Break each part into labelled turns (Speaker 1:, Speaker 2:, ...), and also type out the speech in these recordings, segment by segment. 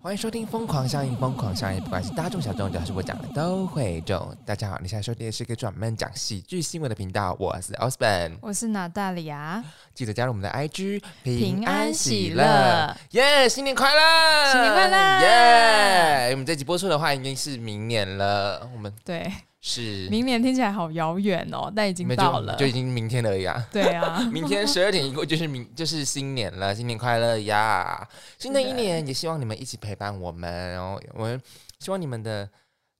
Speaker 1: 欢迎收听《疯狂效应》，疯狂效应，不管是大众小众，只要是我讲的都会中。大家好，你现在收听的是一个专门讲喜剧新闻的频道，我是 Osborn，
Speaker 2: 我是娜大 里啊，
Speaker 1: 记得加入我们的 IG，
Speaker 2: 平安喜乐
Speaker 1: 耶新年快乐，
Speaker 2: 新年快乐
Speaker 1: 耶我们这集播出的话，已经是明年了，我们
Speaker 2: 对，
Speaker 1: 是
Speaker 2: 明年听起来好遥远哦，但已
Speaker 1: 你
Speaker 2: 经
Speaker 1: 们
Speaker 2: 到
Speaker 1: 就
Speaker 2: 了
Speaker 1: 就，已经明天了呀。，
Speaker 2: 对啊
Speaker 1: 明天十二点一过就是明就是新年了，新年快乐呀！新的一年也希望你们一起陪伴我们，然后我们希望你们的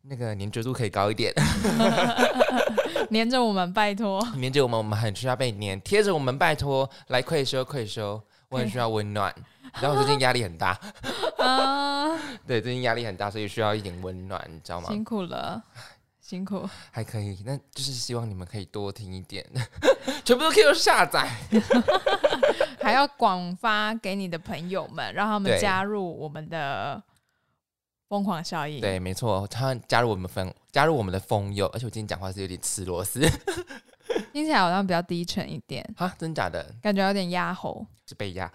Speaker 1: 那个粘着度可以高一点，
Speaker 2: 黏着我们，拜托，
Speaker 1: 粘着我们，我们很需要被粘，贴着我们，拜托来愧羞愧羞，我很需要温暖。然后我最近压力很大，
Speaker 2: 啊，
Speaker 1: 对，最近压力很大，所以需要一点温暖，你知道吗？
Speaker 2: 辛苦了，辛苦，
Speaker 1: 还可以，那就是希望你们可以多听一点，全部都可以用下载。
Speaker 2: 还要广发给你的朋友们，让他
Speaker 1: 对
Speaker 2: 们加入我们的疯狂效应，
Speaker 1: 对，没错，他加入我们风，加入我们的风友，而且我今天讲话是有点吃螺丝。
Speaker 2: 听起来好像比较低沉一点，
Speaker 1: 哈，真假的？
Speaker 2: 感觉有点压喉，
Speaker 1: 是被压，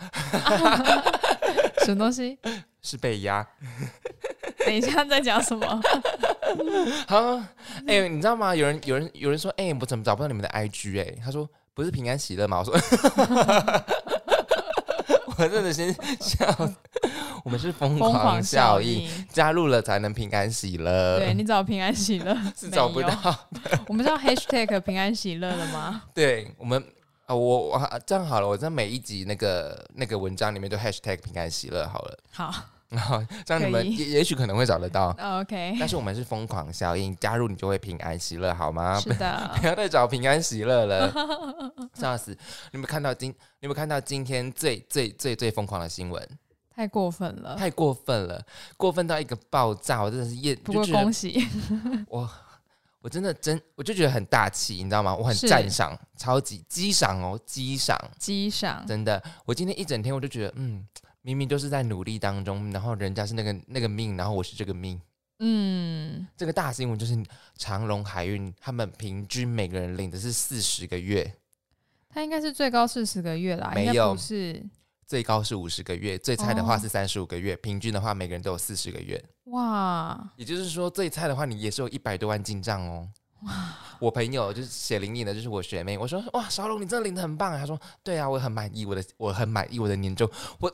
Speaker 2: 什么东 西？
Speaker 1: 是被压。
Speaker 2: 等一下再讲什么？
Speaker 1: 哈，哎、你知道吗？有人有人有人说，哎、我怎么找不到你们的 IG？哎、他说不是平安喜乐吗？我说， 我真的先笑死，我们是疯狂
Speaker 2: 疯狂效
Speaker 1: 效应，
Speaker 2: 应，
Speaker 1: 加入了才能平安喜乐。
Speaker 2: 对你找平安喜乐
Speaker 1: 是找不
Speaker 2: 没有
Speaker 1: 到。
Speaker 2: 我们知道 hashtag 平安喜乐了吗？
Speaker 1: 对我们。啊，我我啊这样好了，我在每一集那个那个文章里面就 hashtag 平安喜乐好了，
Speaker 2: 好
Speaker 1: 然后这样你
Speaker 2: 可
Speaker 1: 们
Speaker 2: 以
Speaker 1: 也也许可能会找得到，
Speaker 2: ，OK，
Speaker 1: 但是我们是疯狂效应，加入你就会平安喜乐好吗？
Speaker 2: 是的，
Speaker 1: 啊 不要再找平安喜乐了， 笑死！你有没有看到今，你有没有看到今天最最最最疯狂的新闻？
Speaker 2: 太过分了。
Speaker 1: 太过分了，过分到一个爆炸！我真的是厌，
Speaker 2: 不
Speaker 1: 就
Speaker 2: 过
Speaker 1: 觉得
Speaker 2: 恭喜，
Speaker 1: 我我真的真，我就觉得很大气，你知道吗？我很
Speaker 2: 是
Speaker 1: 赞赏，超级激赏哦，激赏！
Speaker 2: 机上
Speaker 1: 真的，我今天一整天我就觉得，嗯，明明就是在努力当中，然后人家是那个那个命，然后我是这个命。
Speaker 2: 嗯，
Speaker 1: 这个大新闻就是长隆海运，他们平均每个人领的是四十个月，
Speaker 2: 他应该是最高四十个月啦，
Speaker 1: 没
Speaker 2: 应该
Speaker 1: 有
Speaker 2: 不是
Speaker 1: 最高是五十个月，最菜的话
Speaker 2: 哦
Speaker 1: 是三十五个月，平均的话每个人都有四十个月。
Speaker 2: 哇
Speaker 1: 也就是说，最菜的话你也是有一百多万进账哦。我朋友就是写领领的，就是我学妹。我说哇，小龙你真的领的很棒啊！她说对啊，我很满意我的，我很满意我的年终。我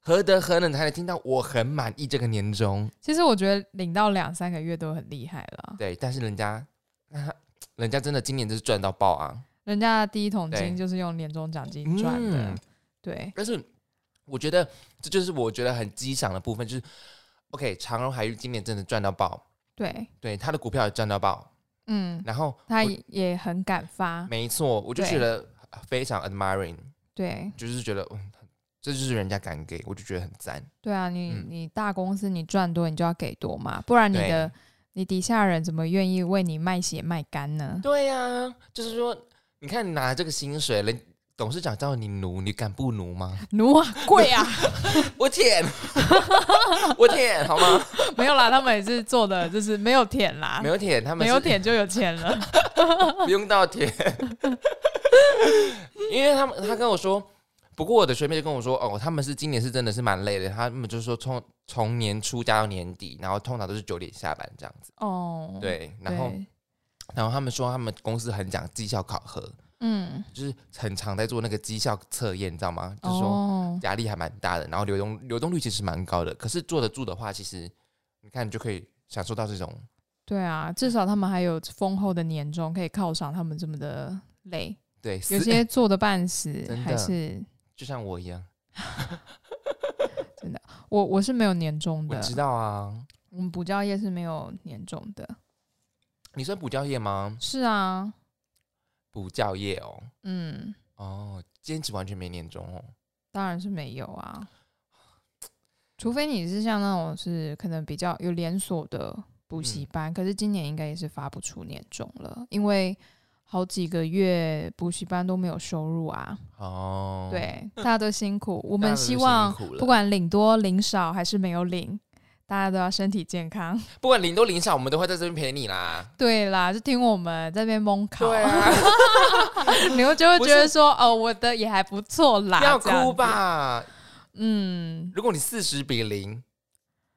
Speaker 1: 何德何能才能听到我很满意这个年终？
Speaker 2: 其实我觉得领到两三个月都很厉害了，
Speaker 1: 对，但是人家， 人家真的今年就是赚到爆啊！
Speaker 2: 人家的第一桶
Speaker 1: 对
Speaker 2: 金就是用年终奖金赚的
Speaker 1: 嗯，
Speaker 2: 对，
Speaker 1: 但是我觉得这就是我觉得很激赏的部分，就是 OK，长荣海运今年真的赚到爆，
Speaker 2: 对，
Speaker 1: 对他的股票也赚到爆，
Speaker 2: 嗯，
Speaker 1: 然后
Speaker 2: 他
Speaker 1: 我
Speaker 2: 也也很敢发，
Speaker 1: 没错，我就
Speaker 2: 对
Speaker 1: 觉得非常 admiring，
Speaker 2: 对，
Speaker 1: 就是觉得嗯这就是人家敢给，我就觉得很赞。
Speaker 2: 对啊，你
Speaker 1: 嗯
Speaker 2: 你大公司你赚多，你就要给多嘛，不然你
Speaker 1: 对
Speaker 2: 的你底下人怎么愿意为你卖血卖肝呢？
Speaker 1: 对呀、就是说，你看你拿这个薪水，人董事长叫你奴，你敢不奴吗？
Speaker 2: 奴啊，贵啊，
Speaker 1: 我舔， 我舔，好吗？
Speaker 2: 没有啦，他们也是做的，就是没有舔啦，
Speaker 1: 没有舔，他们
Speaker 2: 啊没
Speaker 1: 是
Speaker 2: 有舔就有钱 了。
Speaker 1: 不用到舔， 因为他们他跟我说，不过我的学妹就跟我说，哦，他们是今年是真的是蛮累的，他们就是说从从年初加到年底，然后通常都是九点下班这样子，
Speaker 2: 哦，
Speaker 1: 对，
Speaker 2: 对，
Speaker 1: 然后然后他们说他们公司很讲绩效考核，
Speaker 2: 嗯，
Speaker 1: 就是很常在做那个绩效测验，你知道吗？就是说
Speaker 2: 哦，
Speaker 1: 压力还蛮大的，然后流动流动率其实蛮高的，可是坐得住的话，其实你看你就可以享受到这种
Speaker 2: 对啊，至少他们还有丰厚的年终可以犒赏他们这么的累，
Speaker 1: 对，
Speaker 2: 有
Speaker 1: 死
Speaker 2: 些做的半死
Speaker 1: 真的，
Speaker 2: 还是
Speaker 1: 就像我一样，
Speaker 2: 我我是没有年终
Speaker 1: 我
Speaker 2: 的，
Speaker 1: 知道啊，
Speaker 2: 我们补教业是没有年终的，
Speaker 1: 你算补教业吗？
Speaker 2: 是啊，
Speaker 1: 补教业哦，
Speaker 2: 嗯，
Speaker 1: 哦，兼职完全没年终哦。
Speaker 2: 当然是没有啊，除非你是像那种是可能比较有连锁的
Speaker 1: 嗯
Speaker 2: 补习班，可是今年应该也是发不出年终了，因为好几个月补习班都没有收入啊。
Speaker 1: 哦，，
Speaker 2: 对，大家都辛苦。我
Speaker 1: 大家
Speaker 2: 们
Speaker 1: 都
Speaker 2: 希
Speaker 1: 辛
Speaker 2: 望
Speaker 1: 苦了
Speaker 2: 不管领多领少还是没有领，大家都要身体健康。
Speaker 1: 不管零都零少，我们都会在这边陪你啦。
Speaker 2: 对啦，就听我们在那边蒙考，
Speaker 1: 对啊，
Speaker 2: 你会就会
Speaker 1: 不
Speaker 2: 觉
Speaker 1: 是
Speaker 2: 得说哦，我的也还不错 啦，
Speaker 1: 不要
Speaker 2: 这样
Speaker 1: 哭
Speaker 2: 子。
Speaker 1: 吧。
Speaker 2: 嗯，
Speaker 1: 如果你四十比零，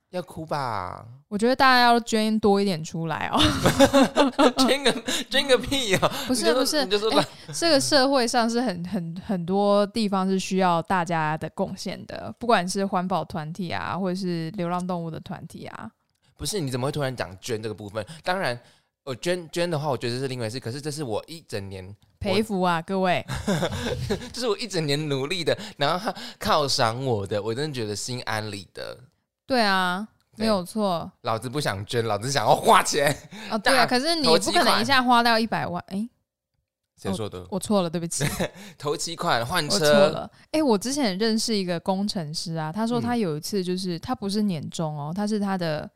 Speaker 1: 要哭吧？
Speaker 2: 我觉得大家要捐多一点出来哦。
Speaker 1: 捐个捐个屁呀、
Speaker 2: 不
Speaker 1: 你
Speaker 2: 是
Speaker 1: 就
Speaker 2: 不
Speaker 1: 说
Speaker 2: 是
Speaker 1: 你就，说
Speaker 2: 哎、这个社会上是很很很多地方是需要大家的贡献的，不管是环保团体啊，或者是流浪动物的团体啊。
Speaker 1: 不是，你怎么会突然讲捐这个部分？当然，呃，捐捐的话，我觉得这是另外一回事。可是这是我一整年，
Speaker 2: 陪服啊，各位！
Speaker 1: 这是我一整年努力的，然后他犒赏我的，我真的觉得心安理得。
Speaker 2: 对啊，没有错
Speaker 1: 老子不想捐，老子想要花钱。
Speaker 2: 啊，对
Speaker 1: 大
Speaker 2: 啊。可是你
Speaker 1: 投
Speaker 2: 不
Speaker 1: 机
Speaker 2: 可能
Speaker 1: 款
Speaker 2: 一下花掉一百万，哎、
Speaker 1: 谁说的？
Speaker 2: 我错了，对不起，
Speaker 1: 头期款换
Speaker 2: 我错
Speaker 1: 车，
Speaker 2: 了。哎、我之前认识一个工程师啊，
Speaker 1: 嗯
Speaker 2: 他说他有一次就是、他不是年终哦，他是他的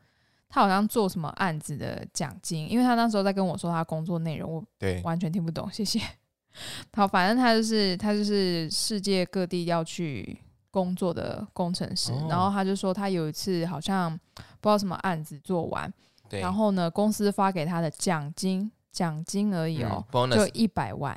Speaker 2: 他好像做什么案子的奖金，因为他那时候在跟我说他工作内容，我
Speaker 1: 对，
Speaker 2: 完全听不懂，谢谢。 好，反正他就是他就是世界各地要去工作的工程师，
Speaker 1: 哦
Speaker 2: 然后他就说他有一次好像不知道什么案子做完，
Speaker 1: 对，
Speaker 2: 然后呢公司发给他的奖金奖金而已哦，
Speaker 1: 嗯
Speaker 2: 就
Speaker 1: bonus，
Speaker 2: 一百万，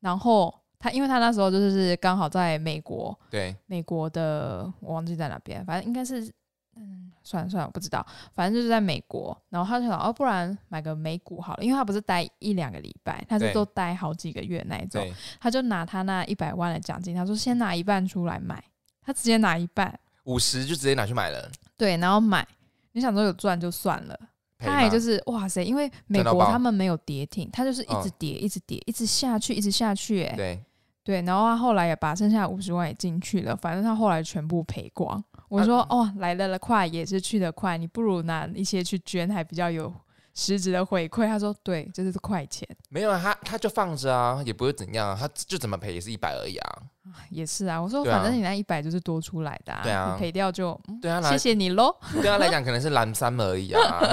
Speaker 2: 然后他因为他那时候就是刚好在美国，
Speaker 1: 对，
Speaker 2: 美国的我忘记在哪边，反正应该是。嗯，算了算了，我不知道，反正就是在美国。然后他就想，哦，不然买个美股好了，因为他不是待一两个礼拜，他是
Speaker 1: 对
Speaker 2: 都待好几个月那一种。
Speaker 1: 对，
Speaker 2: 他就拿他那一百万的奖金，他说先拿一半出来买，他直接拿一半，
Speaker 1: 五十就直接拿去买了，
Speaker 2: 对，然后买。你想说有赚就算了，他还就是是哇塞，因为美
Speaker 1: 赚到
Speaker 2: 国
Speaker 1: 爆
Speaker 2: 他们没有跌停，他就是一
Speaker 1: 嗯
Speaker 2: 直跌，一直跌，一直下去，一直下去、欸，
Speaker 1: 对，
Speaker 2: 对，然后他后来也把剩下五十万也进去了，反正他后来全部赔光。我
Speaker 1: 啊
Speaker 2: 说、哦，来得了快也是去得快，你不如拿一些去捐，还比较有实质的回馈。他说对，这就是快钱，
Speaker 1: 没有啊，他他就放着啊，也不会怎样啊，他就怎么赔也是一百而已啊。
Speaker 2: 也是啊。我说
Speaker 1: 对啊
Speaker 2: 反正你那一百就是多出来的、
Speaker 1: 对啊
Speaker 2: 你赔掉就、嗯
Speaker 1: 对啊，来
Speaker 2: 谢谢你喽。
Speaker 1: 对他来讲可能是蓝山而已 啊。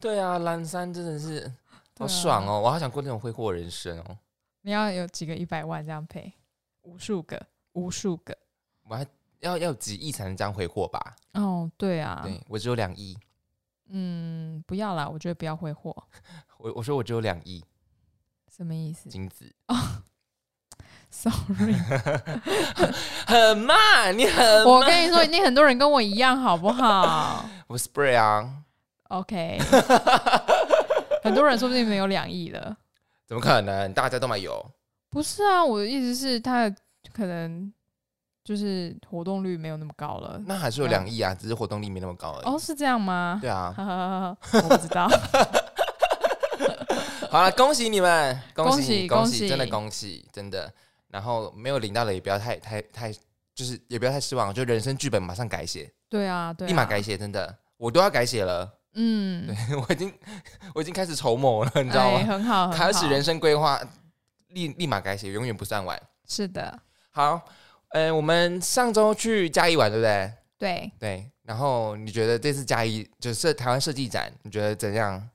Speaker 1: 对啊，蓝山真的
Speaker 2: 啊
Speaker 1: 是好爽哦！我好想过那种挥霍人生哦。
Speaker 2: 你要有几个一百万这样赔，无数个，无数个。
Speaker 1: 我还要要几亿才能这样挥霍吧？
Speaker 2: 哦，对啊，
Speaker 1: 对我只有两亿，
Speaker 2: 嗯，不要啦，我觉得不要挥霍，
Speaker 1: 我我说我只有两亿
Speaker 2: 什么意思
Speaker 1: 金子，
Speaker 2: 哦 ？Sorry。
Speaker 1: 很慢，你很
Speaker 2: 我跟你说，一定很多人跟我一样，好不好
Speaker 1: 我 spray 啊，
Speaker 2: ？OK，很多人说不定没有两亿了。
Speaker 1: 怎么可能？大家都买油，
Speaker 2: 不是啊，我的意思是，他可能就是活动率没有那么高了。
Speaker 1: 那还是有两亿啊，只是活动力没那么高而已。
Speaker 2: 哦，是这样吗？
Speaker 1: 对啊，
Speaker 2: 我不知 道。
Speaker 1: 好了，恭喜你们，
Speaker 2: 恭
Speaker 1: 喜
Speaker 2: 喜
Speaker 1: 恭
Speaker 2: 恭喜
Speaker 1: 真的恭喜，真的。然后没有领到的也不要太太太，就是也不要太失望，就人生剧本马上改写，
Speaker 2: 对啊，对啊，
Speaker 1: 立马改。写，真的，我都要改写了，
Speaker 2: 嗯，
Speaker 1: 我已经我已经开始筹谋了，你知道
Speaker 2: 哎
Speaker 1: 吗？
Speaker 2: 很好，很好
Speaker 1: 开始人生规划，立立马改写，永远不算晚。
Speaker 2: 是的，
Speaker 1: 好，呃，我们上周去嘉义玩，对不对？
Speaker 2: 对。
Speaker 1: 对。然后你觉得这次嘉义就是台湾设计展，你觉得怎样？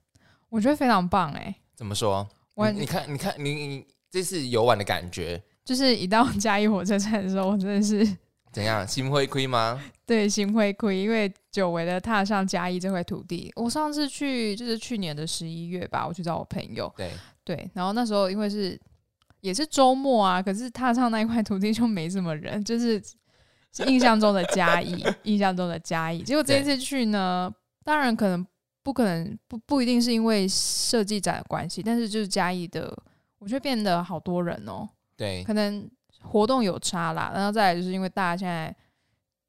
Speaker 2: 我觉得非常棒哎、
Speaker 1: 怎么说？
Speaker 2: 我
Speaker 1: 你你看，你看，你你这次游玩的感觉
Speaker 2: 就是一到嘉义火车站的时候，我真的是
Speaker 1: 怎样？心会亏吗？
Speaker 2: 对心会亏，因为久违的踏上嘉义这块土地。我上次去就是去年的十一月吧，我去找我朋友，
Speaker 1: 对，
Speaker 2: 对，然后那时候因为是也是周末啊，可是踏上那一块土地就没什么人，就是是印象中的嘉义，印象中的嘉义。结果这一次去呢，当然可能不可能不不一定是因为设计展的关系，但是就是嘉义的，我觉得变得好多人哦，
Speaker 1: 对，
Speaker 2: 可能活动有差啦，然后再来就是因为大家现在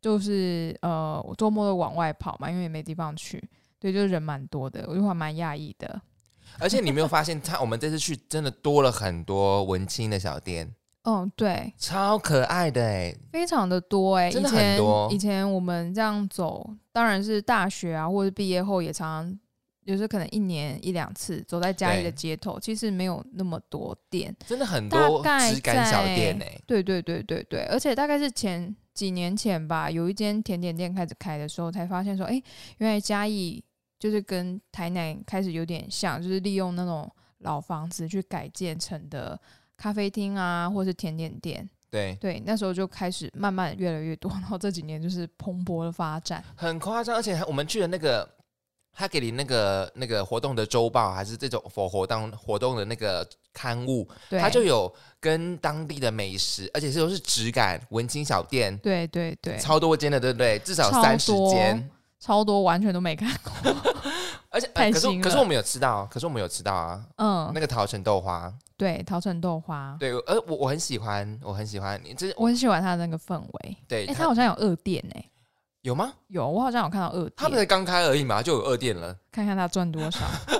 Speaker 2: 就是呃，我周末都往外跑嘛，因为也没地方去，对，就是人蛮多的，我就还蛮讶异的。
Speaker 1: 而且你没有发现，他我们这次去真的多了很多文青的小店，
Speaker 2: 嗯，对，
Speaker 1: 超可爱的哎。
Speaker 2: 非常的多哎、
Speaker 1: 真
Speaker 2: 以
Speaker 1: 的很
Speaker 2: 前
Speaker 1: 多
Speaker 2: 以前我们这样走，当然是大学啊，或者毕业后也常常，有时候可能一年一两次走在嘉义的
Speaker 1: 对
Speaker 2: 街头，其实没有那么多店。
Speaker 1: 真的很多
Speaker 2: 大概
Speaker 1: 质感小店欸呢、
Speaker 2: 对对对对对，而且大概是前几年前吧，有一间甜点店开始开的时候，才发现说，哎、原来嘉义就是跟台南开始有点像，就是利用那种老房子去改建成的咖啡厅啊，或是甜点店。
Speaker 1: 对，
Speaker 2: 对，那时候就开始慢慢越来越多，然后这几年就是蓬勃的发展。
Speaker 1: 很夸张。而且还我们去的那个他给你那个那个活动的周报，还是这种活活动活动的那个刊物，
Speaker 2: 对，
Speaker 1: 它就有跟当地的美食，而且这都是质感文青小店，
Speaker 2: 对对对，
Speaker 1: 超多间的，对不对？至少
Speaker 2: 超
Speaker 1: 三十
Speaker 2: 多
Speaker 1: 间，
Speaker 2: 超多完全都没看过。
Speaker 1: 而且、
Speaker 2: 太
Speaker 1: 呃可是
Speaker 2: 新
Speaker 1: 可是
Speaker 2: 了
Speaker 1: 我们有吃到，可是我们有吃到啊，
Speaker 2: 嗯
Speaker 1: 那，个桃城豆花，
Speaker 2: 对，桃城豆花，
Speaker 1: 对，呃，我我很喜欢，我很喜欢，你这
Speaker 2: 我很喜欢它的那个氛围。
Speaker 1: 对、
Speaker 2: 哎，
Speaker 1: 它
Speaker 2: 它好像有二店哎，
Speaker 1: 有吗？
Speaker 2: 有，我好像有看到二
Speaker 1: 他们
Speaker 2: 店，
Speaker 1: 才刚开而已嘛，就有二店了。
Speaker 2: 看看它赚多少。嗯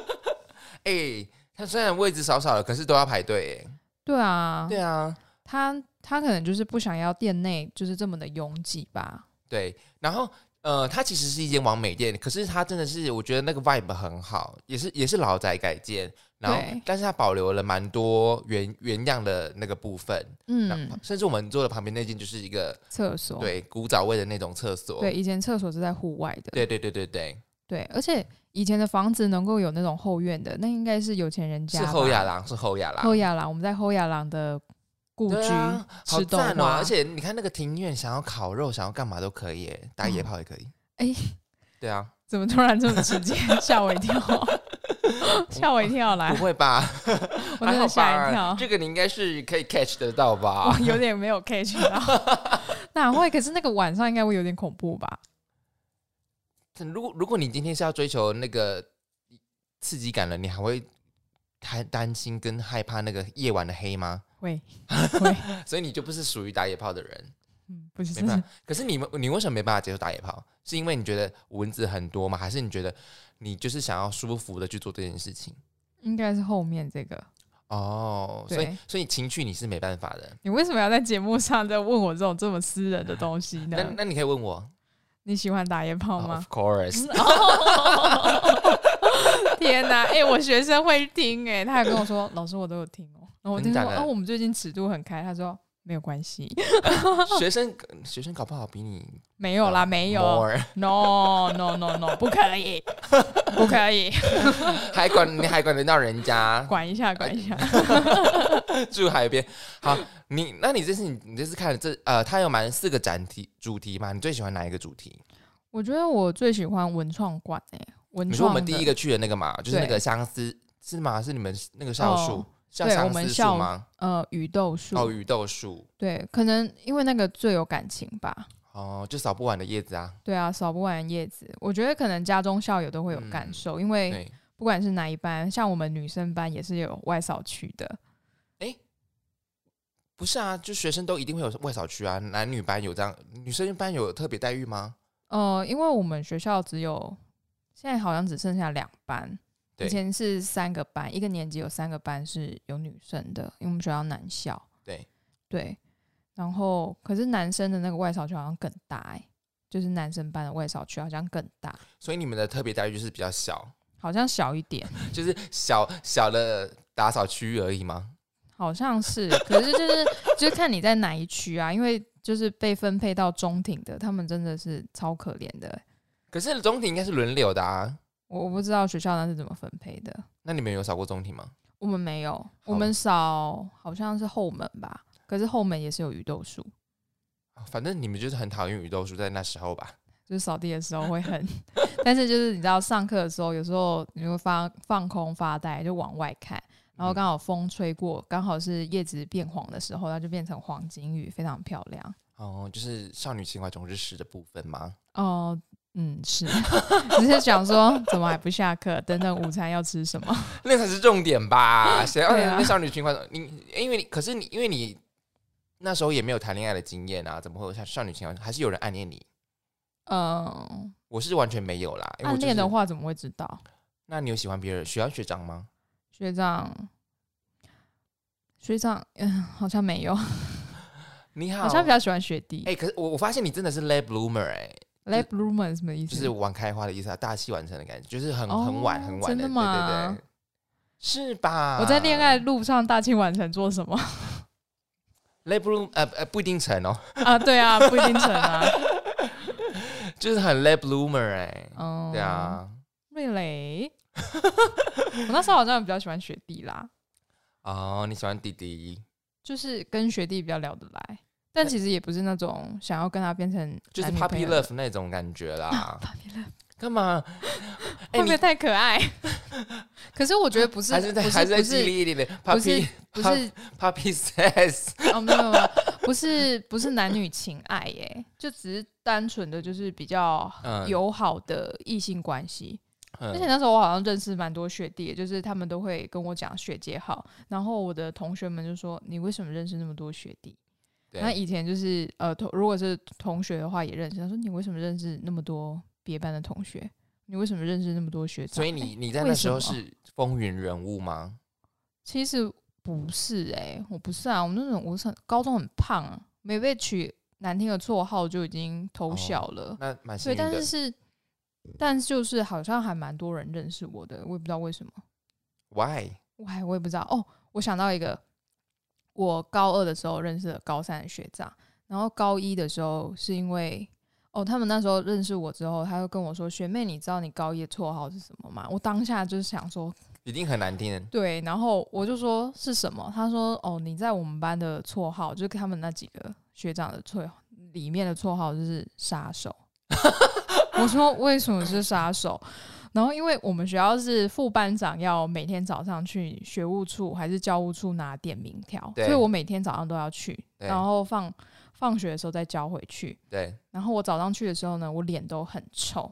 Speaker 1: 哎、它虽然位置少少的，可是都要排队、哎
Speaker 2: 对啊，
Speaker 1: 对啊，
Speaker 2: 他他可能就是不想要店内就是这么的拥挤吧。
Speaker 1: 对。然后呃，它其实是一间王美店，可是它真的是我觉得那个 vibe 很好，也是也是老宅改建，然后
Speaker 2: 对
Speaker 1: 但是它保留了蛮多原原样的那个部分。嗯
Speaker 2: 嗯，，
Speaker 1: 甚至我们坐的旁边那间就是一个
Speaker 2: 厕所
Speaker 1: 对古早味的那种厕所。
Speaker 2: 哦对以前厕所是在户外的，
Speaker 1: 对对对对对，
Speaker 2: 对而且以前的房子能够有那种后院的，那应该是有钱人家
Speaker 1: 是
Speaker 2: 吧。
Speaker 1: 后亚郎，是后亚郎。
Speaker 2: 后亚郎，我们在后亚郎的故
Speaker 1: 对
Speaker 2: 居、
Speaker 1: 啊，好
Speaker 2: 吃豆
Speaker 1: 赞哦！
Speaker 2: 花
Speaker 1: 而且你看那个庭院，想要烤肉，想要干嘛都可以耶，打野炮也可以。
Speaker 2: 哎
Speaker 1: 对啊，
Speaker 2: 怎么突然这么直接？吓我 一跳，吓我一跳来
Speaker 1: 不，会吧？
Speaker 2: 我
Speaker 1: 还
Speaker 2: 真
Speaker 1: 好
Speaker 2: 的吓
Speaker 1: 吧？
Speaker 2: 一跳，
Speaker 1: 这个你应该是可以 catch 得到吧
Speaker 2: 我？有点没有 catch 到。哪会？可是那个晚上应该会有点恐怖吧？
Speaker 1: 如果如果你今天是要追求那个刺激感了，你还会还担心跟害怕那个夜晚的黑吗？
Speaker 2: 会会，
Speaker 1: 所以你就不是属于打野炮的人，
Speaker 2: 嗯，不是
Speaker 1: 没办法。可是你们你为什么没办法接受打野炮？是因为你觉得蚊子很多吗？还是你觉得你就是想要舒服的去做这件事情？
Speaker 2: 应该是后面这个。
Speaker 1: 哦，所以
Speaker 2: 对
Speaker 1: 所以情趣你是没办法的。
Speaker 2: 你为什么要在节目上再问我这种这么私人的东西
Speaker 1: 那
Speaker 2: 呢？
Speaker 1: 那你可以问我
Speaker 2: 你喜欢打野炮
Speaker 1: 哦
Speaker 2: 啊吗
Speaker 1: ？Of？course，
Speaker 2: 哦 天哪！哎、我学生会听哎、他还跟我说，老师我都有听哦、然后我就
Speaker 1: 真
Speaker 2: 说，
Speaker 1: 的假的
Speaker 2: 哦，我们最近尺度很开。他说没有关系，
Speaker 1: 学生学生搞不好比你
Speaker 2: 没有啦，没有
Speaker 1: more
Speaker 2: ，no no no no，不可以， 不可以，
Speaker 1: 还管你还管得到人家
Speaker 2: 管一下，管一下。
Speaker 1: 住海边。好，你那你这次你你这次看了这呃，它有蛮四个展题主题嘛？你最喜欢哪一个主题？
Speaker 2: 我觉得我最喜欢文创馆哎、文
Speaker 1: 你
Speaker 2: 创
Speaker 1: 说我们
Speaker 2: 的
Speaker 1: 第一个去的那个嘛，就是那个
Speaker 2: 对
Speaker 1: 相思是吗？是你们那个酵素
Speaker 2: 哦？
Speaker 1: 叫
Speaker 2: 对
Speaker 1: 相
Speaker 2: 我们
Speaker 1: 思树
Speaker 2: 酵
Speaker 1: 吗？
Speaker 2: 呃雨豆树，
Speaker 1: 哦，雨豆树
Speaker 2: 对，可能因为那个最有感情吧。
Speaker 1: 哦，就扫不完的叶子啊。
Speaker 2: 对啊，扫不完叶子，我觉得可能家中校友都会有感
Speaker 1: 嗯
Speaker 2: 受，因为
Speaker 1: 对，
Speaker 2: 不管是哪一班，像我们女生班也是有外扫区的，
Speaker 1: 不是啊，就学生都一定会有外扫区啊，男女班有这样，女生班有特别待遇吗？
Speaker 2: 呃，因为我们学校只有现在好像只剩下两班，
Speaker 1: 对
Speaker 2: 以前是三个班，一个年级有三个班是有女生的，因为我们学校男校。
Speaker 1: 对
Speaker 2: 对，然后可是男生的那个外扫区好像更大哎、就是男生班的外扫区好像更大，
Speaker 1: 所以你们的特别待遇就是比较小，
Speaker 2: 好像小一点，
Speaker 1: 就是小小的打扫区域而已吗？
Speaker 2: 好像是，可是就是就是看你在哪一区啊，因为就是被分配到中庭的，他们真的是超可怜的欸、
Speaker 1: 可是中庭应该是轮流的啊。
Speaker 2: 我我不知道学校那是怎么分配的，
Speaker 1: 那你们有扫过中庭吗？
Speaker 2: 我们没有，我们扫好像是后门吧，可是后门也是有鱼豆树，
Speaker 1: 啊反正你们就是很讨厌雨豆树，在那时候吧。
Speaker 2: 就是扫地的时候会 很，但是就是你知道上课的时候，有时候你会发放空发呆，就往外看，然
Speaker 1: 嗯
Speaker 2: 后刚好风吹过，刚好是叶子变黄的时候，它就变成黄金雨，非常漂亮。
Speaker 1: 哦，就是少女情怀总是诗的部分吗？
Speaker 2: 哦，嗯， 是，只是想说怎么还不下课？等等午餐要吃什么？
Speaker 1: 那才是重点吧。谁要
Speaker 2: 对啊
Speaker 1: 那少女情怀？你因为你可是你因为你那时候也没有谈恋爱的经验啊，怎么会有少少女情怀？还是有人暗恋你？
Speaker 2: 嗯，
Speaker 1: 我是完全没有啦。哎因为我
Speaker 2: 暗
Speaker 1: 就是
Speaker 2: 恋的话怎么会知道？
Speaker 1: 那你有喜欢别人学校学长吗？
Speaker 2: 学长，学长，嗯，好像没有，
Speaker 1: 你好，
Speaker 2: 好像比较喜欢学弟。
Speaker 1: 哎、可是我我发现你真的是 late bloomer 哎、
Speaker 2: Late bloomer 是什么意思？
Speaker 1: 就是晚开花的意思啊，大器晚成的感觉，就是很、
Speaker 2: 哦
Speaker 1: 很晚很晚
Speaker 2: 真的
Speaker 1: 对对
Speaker 2: 吗
Speaker 1: 对，是吧？
Speaker 2: 我在恋爱路上大器晚成做什么
Speaker 1: late bloom 呃呃不一定成哦，
Speaker 2: 啊？对啊，不一定 成啊。
Speaker 1: 就是很 late bloomer 哎、
Speaker 2: 嗯，
Speaker 1: 对，啊，
Speaker 2: 瑞蕾，我那时候好像比较喜欢学弟啦，
Speaker 1: 哦，你喜欢弟弟，
Speaker 2: 就是跟学弟比较聊得来，但其实也不是那种想要跟他变成
Speaker 1: 就是
Speaker 2: 男女朋
Speaker 1: puppy
Speaker 2: 友的
Speaker 1: love 那种感觉啦。干嘛？哎
Speaker 2: 会不会
Speaker 1: 你
Speaker 2: 太可爱？ 可是我觉得不是，
Speaker 1: 还是在
Speaker 2: 不
Speaker 1: 还
Speaker 2: 是
Speaker 1: 是在
Speaker 2: 不
Speaker 1: 激
Speaker 2: 是
Speaker 1: 励一点点
Speaker 2: 不是
Speaker 1: ，Papi
Speaker 2: 不是
Speaker 1: Papi says，
Speaker 2: 哦，没有没有，不是不是男女情爱耶，就只是单纯的就是比较
Speaker 1: 嗯
Speaker 2: 友好的异性关系。而且
Speaker 1: 嗯
Speaker 2: 那时候我好像认识蛮多学弟，就是他们都会跟我讲学姐好，然后我的同学们就说你为什么认识那么多学弟？那
Speaker 1: 对，
Speaker 2: 以前就是呃，同如果是同学的话也认识，他说你为什么认识那么多别班的同学？你为什么认识那么多学长？
Speaker 1: 所以你
Speaker 2: 哎
Speaker 1: 你在
Speaker 2: 为
Speaker 1: 那时
Speaker 2: 什
Speaker 1: 候
Speaker 2: 么
Speaker 1: 是风云人物吗？
Speaker 2: 其实不是哎、我不是啊，我那种我是很高中很胖、啊，没被取难听的绰号就已经偷
Speaker 1: 哦
Speaker 2: 笑了。
Speaker 1: 那蛮幸
Speaker 2: 对，
Speaker 1: 运
Speaker 2: 但
Speaker 1: 的。
Speaker 2: 是
Speaker 1: 嗯
Speaker 2: 是，但是就是好像还蛮多人认识我的，我也不知道为什么，
Speaker 1: Why？
Speaker 2: 我还我也不知道哦。我想到一个，我高二的时候认识了高三的学长，然后高一的时候是因为哦，他们那时候认识我之后，他就跟我说：“学妹，你知道你高一的绰号是什么吗？”我当下就是想说，
Speaker 1: 一定很难听。
Speaker 2: 对，然后我就说是什么？他说哦，你在我们班的绰号，就是他们那几个学长的绰里面的绰号就是杀手。我说为什么是杀手？然后因为我们学校是副班长要每天早上去学务处还是教务处拿点名条，
Speaker 1: 对
Speaker 2: 所以我每天早上都要去，
Speaker 1: 对
Speaker 2: 然后放放学的时候再交回去。
Speaker 1: 对，
Speaker 2: 然后我早上去的时候呢，我脸都很臭，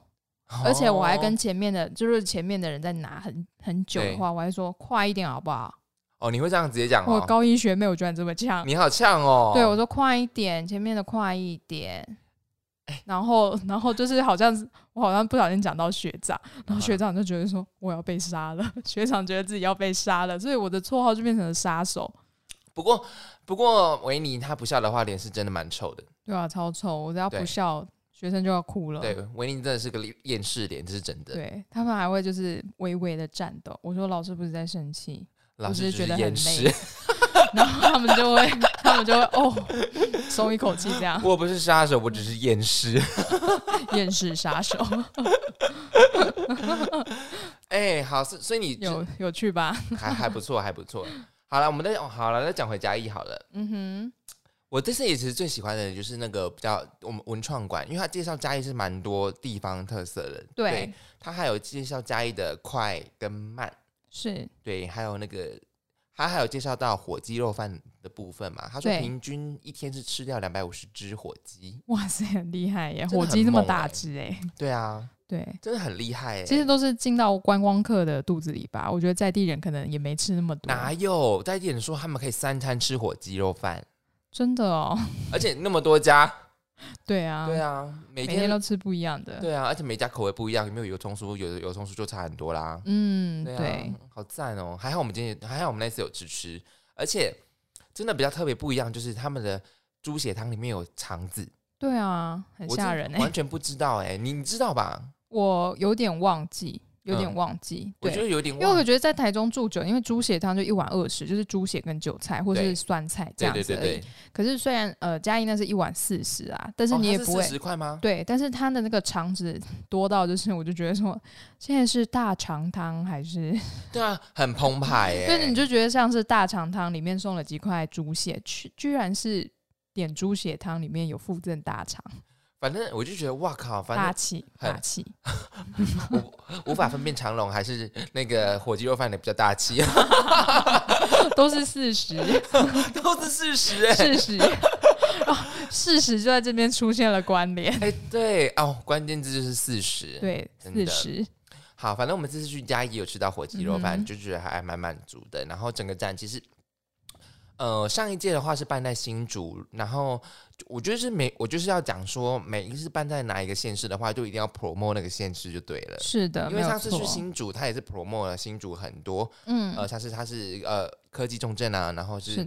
Speaker 2: 而且我还跟
Speaker 1: 哦
Speaker 2: 前面的，就是前面的人在拿很很久的
Speaker 1: 对
Speaker 2: 话，我还说快一点好不好？
Speaker 1: 哦，你会这样直接讲
Speaker 2: 我
Speaker 1: 哦？
Speaker 2: 高一学妹，我居然这么呛，
Speaker 1: 你好呛哦！
Speaker 2: 对我说快一点，前面的快一点。
Speaker 1: 哎
Speaker 2: 然后，然后就是好像是我好像不小心讲到学长，
Speaker 1: 嗯
Speaker 2: 然后学长就觉得说我要被杀了， 学长觉得自己要被杀了，所以我的绰号就变成了杀手。
Speaker 1: 不过不过维尼他不笑的话，脸是真的蛮臭的。
Speaker 2: 对啊，超丑！我只要不
Speaker 1: 对
Speaker 2: 笑，学生就要哭了。
Speaker 1: 对，维尼真的是个厌厌世脸，这是真的。
Speaker 2: 嗯对他们还会就是微微的颤抖。我说老师不是在生气，
Speaker 1: 老
Speaker 2: 我
Speaker 1: 师
Speaker 2: 只是觉得很
Speaker 1: 厌世
Speaker 2: 累， 然后他们就会，他们就会哦，松一口气，这样
Speaker 1: 我不是杀手，我只是厌 世。
Speaker 2: 厌世杀手，
Speaker 1: 哎，好，所所以你
Speaker 2: 有有趣吧？
Speaker 1: 还还不错，还不错。好了，我们再、哦、好了，再讲回嘉义好了。
Speaker 2: 嗯
Speaker 1: 我这次也其实最喜欢的就是那个比较我们文创馆，因为他介绍嘉义是蛮多地方特色的。
Speaker 2: 哼，对，
Speaker 1: 他还有介绍嘉义的快跟慢，
Speaker 2: 是，
Speaker 1: 对，还有那个他还有介绍到火鸡肉饭的部分嘛。他说
Speaker 2: 对
Speaker 1: 平均一天是吃掉两百五十只火鸡，
Speaker 2: 哇塞，很厉害耶！
Speaker 1: 真的
Speaker 2: 火
Speaker 1: 很
Speaker 2: 鸡那么
Speaker 1: 猛欸
Speaker 2: 大只哎、
Speaker 1: 对啊，
Speaker 2: 对，
Speaker 1: 真的很厉害哎、
Speaker 2: 其实都是进到观光客的肚子里吧。我觉得在地人可能也没吃那么多，
Speaker 1: 哪有在店说他们可以三餐吃火鸡肉饭，
Speaker 2: 真的哦，
Speaker 1: 而且那么多家，
Speaker 2: 对啊，
Speaker 1: 对啊，每
Speaker 2: 每
Speaker 1: 天
Speaker 2: 天都吃不一样的，
Speaker 1: 对啊，而且每家口味不一样，有没有油葱酥？有的油葱酥就差很多啦。
Speaker 2: 嗯，
Speaker 1: 对啊，
Speaker 2: 对，
Speaker 1: 好赞哦！还好我们今天还好我们那次有吃吃，而且真的比较特别不一样，就是他们的猪血汤里面有肠子，
Speaker 2: 对啊，很
Speaker 1: 我
Speaker 2: 吓
Speaker 1: 真
Speaker 2: 人哎、
Speaker 1: 完全不知道哎、你你知道吧？
Speaker 2: 我有点忘记，有点
Speaker 1: 嗯
Speaker 2: 忘记，
Speaker 1: 我
Speaker 2: 对
Speaker 1: 觉。得有点
Speaker 2: 因为我
Speaker 1: 忘，
Speaker 2: 觉得在台中住久，因为猪血汤就一碗二十，就是猪血跟韭菜或是
Speaker 1: 对
Speaker 2: 酸菜
Speaker 1: 对
Speaker 2: 这样
Speaker 1: 对对
Speaker 2: 子而
Speaker 1: 对，
Speaker 2: 已。
Speaker 1: 哦
Speaker 2: 可是虽然呃嘉义那是一碗四十啊，但是你也不会、
Speaker 1: 十块 吗？
Speaker 2: 对，但是它的那个肠子多到就是 我就觉得说现在是大肠汤还是，
Speaker 1: 对啊，很澎湃哎、
Speaker 2: 对，你就觉得像是大肠汤里面送了几块猪血，居居然是点猪血汤里面有附赠大肠，
Speaker 1: 反正我就觉得哇靠，反
Speaker 2: 大
Speaker 1: 正
Speaker 2: 气
Speaker 1: 很
Speaker 2: 大气，
Speaker 1: 无法分辨长龙还是那个火鸡肉饭的比较大气，
Speaker 2: 都是四十
Speaker 1: 都是事实哎、
Speaker 2: 事 实。啊，事实就在这边出现了关联，
Speaker 1: 哎、对哦，关键字就是事实。
Speaker 2: 对，
Speaker 1: 真
Speaker 2: 四
Speaker 1: 的
Speaker 2: 十，
Speaker 1: 好，反正我们这次去嘉义有吃到火鸡肉饭，
Speaker 2: 嗯哼
Speaker 1: 就觉得还蛮满足的。然后整个站其实，呃，上一届的话是办在新竹，然后我觉得是每我就是要讲说，每一次办在哪一个县市的话，就一定要 promo 那个县市就对了。
Speaker 2: 是的，
Speaker 1: 因为
Speaker 2: 没有
Speaker 1: 上次去
Speaker 2: 错啊
Speaker 1: 新竹，他也是 promo 了新竹很多，
Speaker 2: 嗯，
Speaker 1: 呃，像是他是呃科技重镇啊，然后
Speaker 2: 是
Speaker 1: 是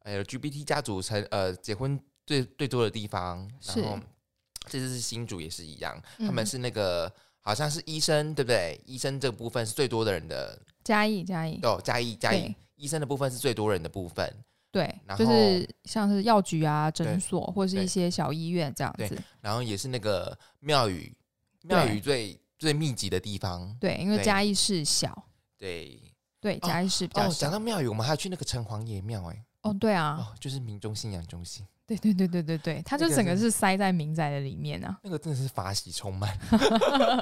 Speaker 1: 呃
Speaker 2: 的，
Speaker 1: LGBT 家族成呃结婚最最多的地方，
Speaker 2: 是
Speaker 1: 然后这次是新竹也是一样，他
Speaker 2: 嗯
Speaker 1: 们是那个好像是医生，对不对？医生这个部分是最多的人的
Speaker 2: 嘉义，嘉义，
Speaker 1: 哦，嘉义嘉义
Speaker 2: 对
Speaker 1: 医生的部分是最多人的部分，
Speaker 2: 对，
Speaker 1: 然
Speaker 2: 就是像是药局啊、诊
Speaker 1: 对
Speaker 2: 所或是一
Speaker 1: 对
Speaker 2: 些小医院这样
Speaker 1: 对
Speaker 2: 子，
Speaker 1: 然后也是那个庙宇庙宇最最密集的地方，
Speaker 2: 对，因为
Speaker 1: 对
Speaker 2: 嘉义市小，
Speaker 1: 对。
Speaker 2: 对，
Speaker 1: 哦
Speaker 2: 嘉义市比较
Speaker 1: 哦，
Speaker 2: 小
Speaker 1: 讲，到庙宇，我们还要去那个城隍爷庙，哎，
Speaker 2: 哦，对啊，
Speaker 1: 哦，就是民众信仰中心，
Speaker 2: 对对对对对对，它就
Speaker 1: 那个
Speaker 2: 整个
Speaker 1: 是
Speaker 2: 是塞在民宅的里面啊。
Speaker 1: 那个真的是法喜充满，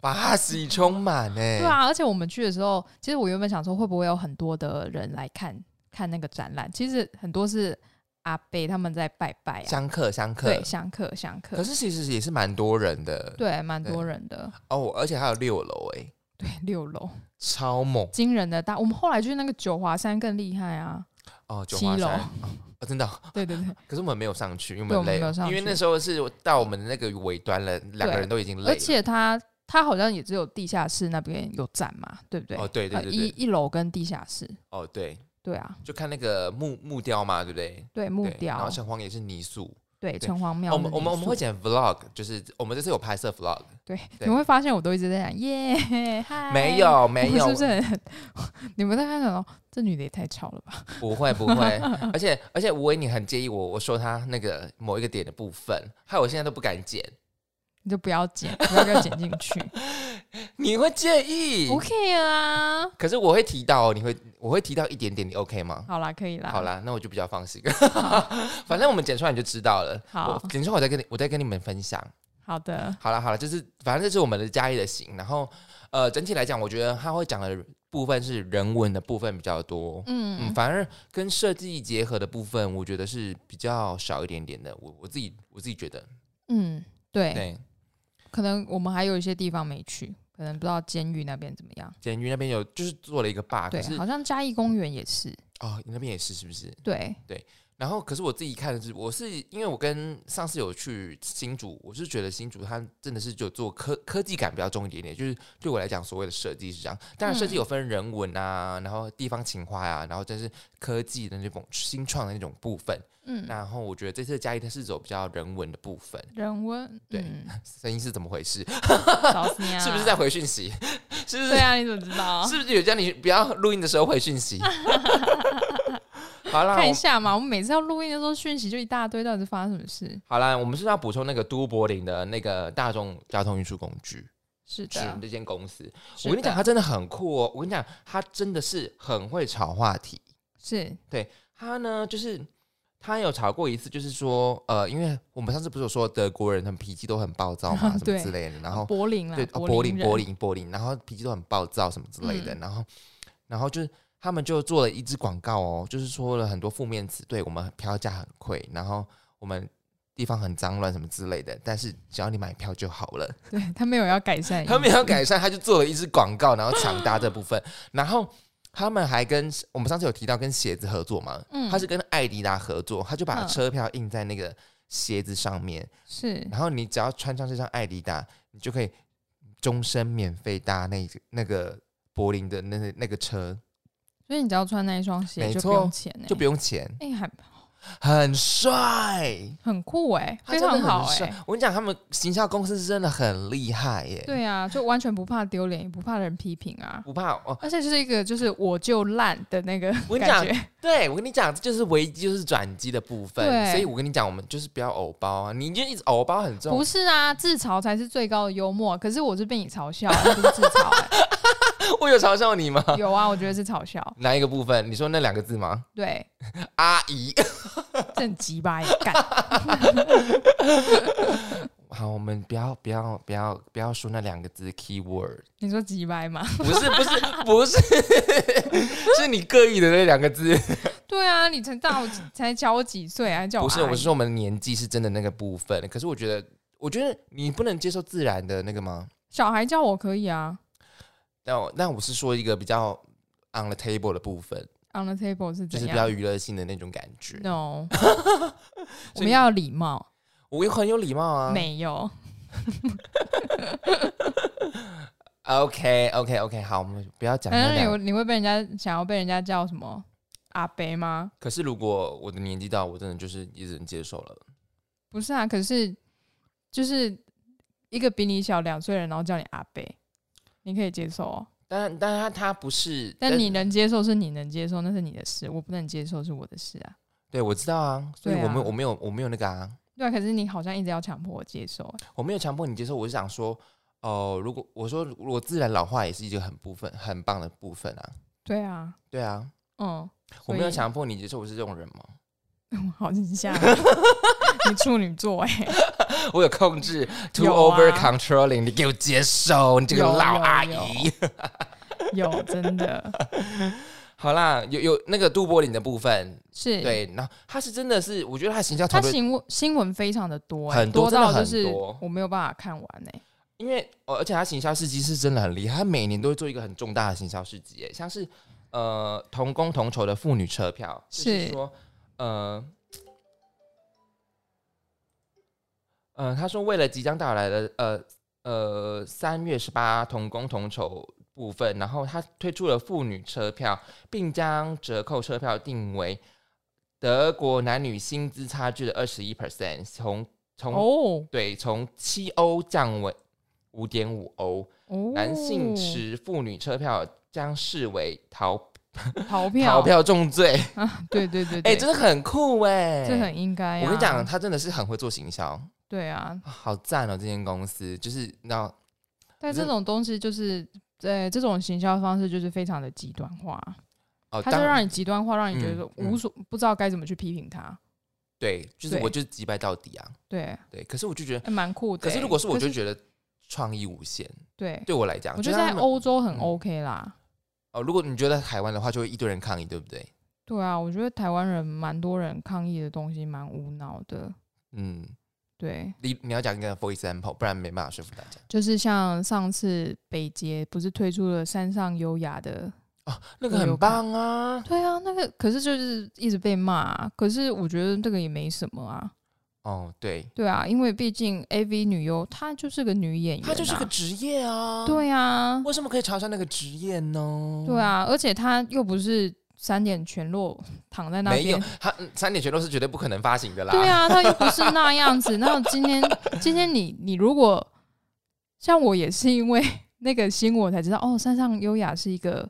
Speaker 1: 法喜充满哎、
Speaker 2: 对啊，而且我们去的时候，其实我原本想说会不会有很多的人来看看那个展览，其实很多是阿贝他们在拜拜啊，
Speaker 1: 相克相克
Speaker 2: 对，，相克相克
Speaker 1: 可，是其实也是蛮多人的
Speaker 2: 对，蛮
Speaker 1: 对
Speaker 2: 多人的，
Speaker 1: 哦，而且还有六楼哎、
Speaker 2: 对，六楼
Speaker 1: 超猛
Speaker 2: 惊人的大。我们后来去那个九华山更厉害啊，
Speaker 1: 哦，九
Speaker 2: 七
Speaker 1: 华
Speaker 2: 楼
Speaker 1: 山哦哦真的哦、
Speaker 2: 对对对，
Speaker 1: 可是我们没有上去，因为
Speaker 2: 对
Speaker 1: 我
Speaker 2: 我
Speaker 1: 们
Speaker 2: 们
Speaker 1: 累
Speaker 2: 没有
Speaker 1: 了，
Speaker 2: 上
Speaker 1: 因为
Speaker 2: 去
Speaker 1: 那时候是到我们那个尾端了，两个人都已经累了，
Speaker 2: 而且它它好像也只有地下室那边有展嘛，对不对？
Speaker 1: 哦对对
Speaker 2: 呃
Speaker 1: 对
Speaker 2: 一
Speaker 1: 对，
Speaker 2: 一楼跟地下室，
Speaker 1: 哦对，
Speaker 2: 对啊，
Speaker 1: 就看那个木木雕嘛，对不对？
Speaker 2: 对啊木
Speaker 1: 对然
Speaker 2: 雕
Speaker 1: 后，城隍也是泥塑，
Speaker 2: 对城隍庙
Speaker 1: 哦我
Speaker 2: 的泥塑、
Speaker 1: 们我们我们会剪 vlog，就是我们这次有拍摄 vlog，
Speaker 2: 对，
Speaker 1: 对
Speaker 2: 你们会发现我都一直在讲耶，嗨，
Speaker 1: 没有没
Speaker 2: 我
Speaker 1: 有，
Speaker 2: 是不是很？你们在看什么？这女的也太吵了吧？
Speaker 1: 不会不 会，而且而且吴维你很介意我我说他那个某一个点的部分，害我现在都不敢剪。
Speaker 2: 你就不要剪，不要给我剪进 去。
Speaker 1: 嗯你会介意？
Speaker 2: OK 啊，
Speaker 1: 可是我会提到哦，你会我会提到一点点，你 OK 吗？
Speaker 2: 好啦，可以啦。
Speaker 1: 好，啦，那我就比较放心。 反正我们剪出来你就知道了。
Speaker 2: 好
Speaker 1: 我剪出来我再跟你我再跟你们分享。
Speaker 2: 好的，
Speaker 1: 好了好了，就是反正这是我们的嘉义的行，然后呃整体来讲，我觉得他会讲的部分是人文的部分比较多。嗯，
Speaker 2: 嗯，
Speaker 1: 反而跟设计结合的部分，我觉得是比较少一点点的。我我自己我自己觉得，
Speaker 2: 嗯，对，
Speaker 1: 对，
Speaker 2: 可能我们还有一些地方没去，可能不知道监狱那边怎么样。
Speaker 1: 监狱那边有就是做了一个 bug，可啊
Speaker 2: 对
Speaker 1: 是，
Speaker 2: 好像嘉义公园也是。
Speaker 1: 哦，你那边也是是不是？
Speaker 2: 对，
Speaker 1: 然后，可是我自己看的是，我是因为我跟上次有去新竹，我是觉得新竹它真的是就做科科技感比较重一点点，就是对我来讲所谓的设计是这样。当然，设
Speaker 2: 嗯
Speaker 1: 计有分人文啊，然后地方情怀啊，然后这是科技的那种新创的那种部分。
Speaker 2: 嗯，
Speaker 1: 然后我觉得这次的嘉义它是走比较人文的部分，
Speaker 2: 人文，
Speaker 1: 对
Speaker 2: 嗯，
Speaker 1: 声音是怎么回事？
Speaker 2: 找死你啊！
Speaker 1: 是不是在？回讯息？是不是
Speaker 2: 对啊，你怎么知 道？
Speaker 1: 是不是有叫你不要录音的时候回讯息？ 好啦，
Speaker 2: 看一
Speaker 1: 啊我
Speaker 2: 下嘛，我们每次要录音的时候，讯息就一大堆，到底是发生什么事？
Speaker 1: 好啦，我们是要补充那个都柏林的那个大众交通运输工具，
Speaker 2: 是
Speaker 1: 是
Speaker 2: 的，
Speaker 1: 这间公司。
Speaker 2: 啊是
Speaker 1: 我跟你讲，
Speaker 2: 的
Speaker 1: 它真的很酷哦！我跟你讲，它真的是很会炒话题。
Speaker 2: 是
Speaker 1: 它呢，就是它有炒过一次，就是说，呃，因为我们上次不是有说德国人他们脾气都很暴 躁嘛，什么
Speaker 2: 对
Speaker 1: 之类的，然后
Speaker 2: 柏林啦
Speaker 1: 对，，哦
Speaker 2: 柏
Speaker 1: 柏林
Speaker 2: 人嗯
Speaker 1: 柏林柏林，然后脾气都很暴躁什么之类的，然后然后就是他们就做了一支广告哦，就是说了很多负面词，对我们票价很贵，然后我们地方很脏乱什么之类的，但是只要你买票就好了。
Speaker 2: 对他没有要改善，
Speaker 1: 他们要改善，他就做了一支广告，然后抢搭这部分，然后。他们还跟我们上次有提到跟鞋子合作嘛，
Speaker 2: 嗯
Speaker 1: 他是跟艾迪达合作，他就把
Speaker 2: 嗯
Speaker 1: 车票印在那个鞋子上面，
Speaker 2: 是
Speaker 1: 然后你只要穿上这双艾迪达，你就可以终身免费搭那那个柏林的那那个车，
Speaker 2: 所以你只要穿那一双鞋
Speaker 1: 没
Speaker 2: 就不
Speaker 1: 错
Speaker 2: 用钱呢、
Speaker 1: 就不用钱，
Speaker 2: 哎、还
Speaker 1: 很帅，
Speaker 2: 很酷哎、
Speaker 1: 他
Speaker 2: 非
Speaker 1: 真的
Speaker 2: 常
Speaker 1: 很
Speaker 2: 好哎、
Speaker 1: 帅我跟你讲，他们行销公司是真的很厉害耶，
Speaker 2: 对啊，就完全不怕丢脸，也不怕人批评啊，
Speaker 1: 不怕哦。
Speaker 2: 而且就是一个就是我就烂的那个
Speaker 1: 我跟你
Speaker 2: 感
Speaker 1: 讲
Speaker 2: 觉，
Speaker 1: 对我跟你讲，这就是危机，就是转机的部分。
Speaker 2: 对
Speaker 1: 所以我跟你讲，我们就是不要偶包啊，你就一直偶包很重
Speaker 2: 不。是啊，自嘲才是最高的幽默。可是我是被你嘲笑，那不是自嘲、
Speaker 1: 我有嘲笑你吗？
Speaker 2: 欸，有 啊，我觉得是嘲笑，
Speaker 1: 哪一个部分？你说那两个字吗？
Speaker 2: 对，
Speaker 1: 阿姨。
Speaker 2: 这很鸡巴也干，
Speaker 1: 好，我们不要不要不要不要说那两个字 keyword。
Speaker 2: 你说鸡巴吗？
Speaker 1: 不是不是不是，是 你各意的那两个字。
Speaker 2: 对啊，你才大我才小我几岁啊，还叫我
Speaker 1: 不是，
Speaker 2: 阿
Speaker 1: 我
Speaker 2: 姨
Speaker 1: 是说我们的年纪是真的那个部分。可是我觉得，我觉得你不能接受自然的那个吗？
Speaker 2: 小孩叫我可以啊
Speaker 1: 但我但我是说一个比较 on the table 的部分，
Speaker 2: ，on the table 是
Speaker 1: 就
Speaker 2: 怎
Speaker 1: 是比
Speaker 2: 样？
Speaker 1: 较娱乐性的那种感觉。
Speaker 2: No，我
Speaker 1: 所以
Speaker 2: 们要有礼貌。
Speaker 1: 我也很有礼貌啊。
Speaker 2: 没有，
Speaker 1: OK OK OK，好，我们不要讲那
Speaker 2: 反
Speaker 1: 两
Speaker 2: 正
Speaker 1: 个。
Speaker 2: 你你会被人家想要被人家叫什么阿伯吗？
Speaker 1: 可是如果我的年纪到，我真的就是也只能接受了。
Speaker 2: 不是啊，可是就是一个比你小两岁的人，然后叫你阿伯，你可以接受哦。
Speaker 1: 当然，当然他不是，
Speaker 2: 但你能接受是你能接受，那是你的事，我不能接受是我的事啊。
Speaker 1: 对我知道啊，所以
Speaker 2: 对啊
Speaker 1: 我没有我没有我没有那个啊。
Speaker 2: 对啊，可是你好像一直要强迫我接受欸，
Speaker 1: 我没有强迫你接受，我是想说，哦、如果我说我自然老化也是一个很部分很棒的部分啊，
Speaker 2: 对啊，
Speaker 1: 对啊，
Speaker 2: 嗯，
Speaker 1: 我没有
Speaker 2: 所以
Speaker 1: 强迫你接受我是这种人吗？
Speaker 2: 好，你下，
Speaker 1: 啊
Speaker 2: 你处女座哎、
Speaker 1: 欸 我有控制 too
Speaker 2: 有啊
Speaker 1: over controlling，、你给我接受，你这个
Speaker 2: 有
Speaker 1: 老
Speaker 2: 有
Speaker 1: 阿
Speaker 2: 有
Speaker 1: 姨。
Speaker 2: 有真的
Speaker 1: 好啦，有有那个杜柏林的部分，
Speaker 2: 是，
Speaker 1: 对，然后他是真的是，我觉得他形象
Speaker 2: 他
Speaker 1: 团队，
Speaker 2: 新闻新闻非常的多、哎
Speaker 1: 很多真的
Speaker 2: 到就
Speaker 1: 很
Speaker 2: 是
Speaker 1: 多
Speaker 2: 我没有办法看完哎、
Speaker 1: 因为呃而且他行销事迹是真的很厉害，他每年都会做一个很重大的行销事迹耶，像是呃同工同酬的妇女车票，就是
Speaker 2: 是
Speaker 1: 说呃。呃，他说为了即将到来的呃呃三月十八同工同酬部分，然后他推出了妇女车票，并将折扣车票定为德国男女薪资差距的二十一 percent，从从
Speaker 2: 哦
Speaker 1: 对，从七欧降为五点五欧，
Speaker 2: 哦，
Speaker 1: 男性持妇女车票将视为逃
Speaker 2: 逃票
Speaker 1: 逃票重罪。
Speaker 2: 啊，对对 对
Speaker 1: 哎、
Speaker 2: 对，
Speaker 1: 真的很酷哎、
Speaker 2: 这很应该、啊。
Speaker 1: 我跟你讲，，他真的是很会做行销，啊
Speaker 2: 对啊，
Speaker 1: 好赞哦！这间公司就是那
Speaker 2: 但
Speaker 1: 这
Speaker 2: 这种东西就是，呃，这种行销方式就是非常的极端化，
Speaker 1: 哦，
Speaker 2: 它
Speaker 1: 当
Speaker 2: 就
Speaker 1: 然
Speaker 2: 让你极端化，让你觉
Speaker 1: 嗯
Speaker 2: 得
Speaker 1: 嗯
Speaker 2: 无所、不知道该怎么去批评它。
Speaker 1: 对，就是我
Speaker 2: 对
Speaker 1: 就是击败到底啊。
Speaker 2: 对，
Speaker 1: 对，可是我就觉得，
Speaker 2: 还蛮酷的
Speaker 1: 可
Speaker 2: 欸、
Speaker 1: 是如果是我就
Speaker 2: 得
Speaker 1: 觉得创意无限，
Speaker 2: 对，
Speaker 1: 对我来讲，
Speaker 2: 我觉
Speaker 1: 就
Speaker 2: 得在
Speaker 1: 像他们
Speaker 2: 欧洲很
Speaker 1: 嗯
Speaker 2: OK 啦。
Speaker 1: 哦，如果你觉得台湾的话，就会一堆人抗议，对不对？
Speaker 2: 对啊，我觉得台湾人蛮多人抗议的东西蛮无脑的。
Speaker 1: 嗯，
Speaker 2: 对，
Speaker 1: 你你要讲一个 for example，不然没办法说服大家。
Speaker 2: 就是像上次北捷不是推出了山上优雅的
Speaker 1: 哦，那个
Speaker 2: 我
Speaker 1: 很
Speaker 2: 有看
Speaker 1: 棒啊！
Speaker 2: 对啊，那个可是就是一直被骂啊、可是我觉得这个也没什么啊。
Speaker 1: 哦，对，
Speaker 2: 对啊，因为毕竟 A V 女优她就是个女演员、啊，
Speaker 1: 他就是个职业啊。，
Speaker 2: 对啊，
Speaker 1: 为什么可以嘲笑那个职业呢？
Speaker 2: 对，啊，而且她又不是三点全裸躺在那
Speaker 1: 没有
Speaker 2: 边，，
Speaker 1: 他嗯三点全都是绝对不可能发行的啦。
Speaker 2: 对，啊，她又不是那样子。那今天今天你你如果像我也是因为 那个新闻我才知道哦，山上优雅是一个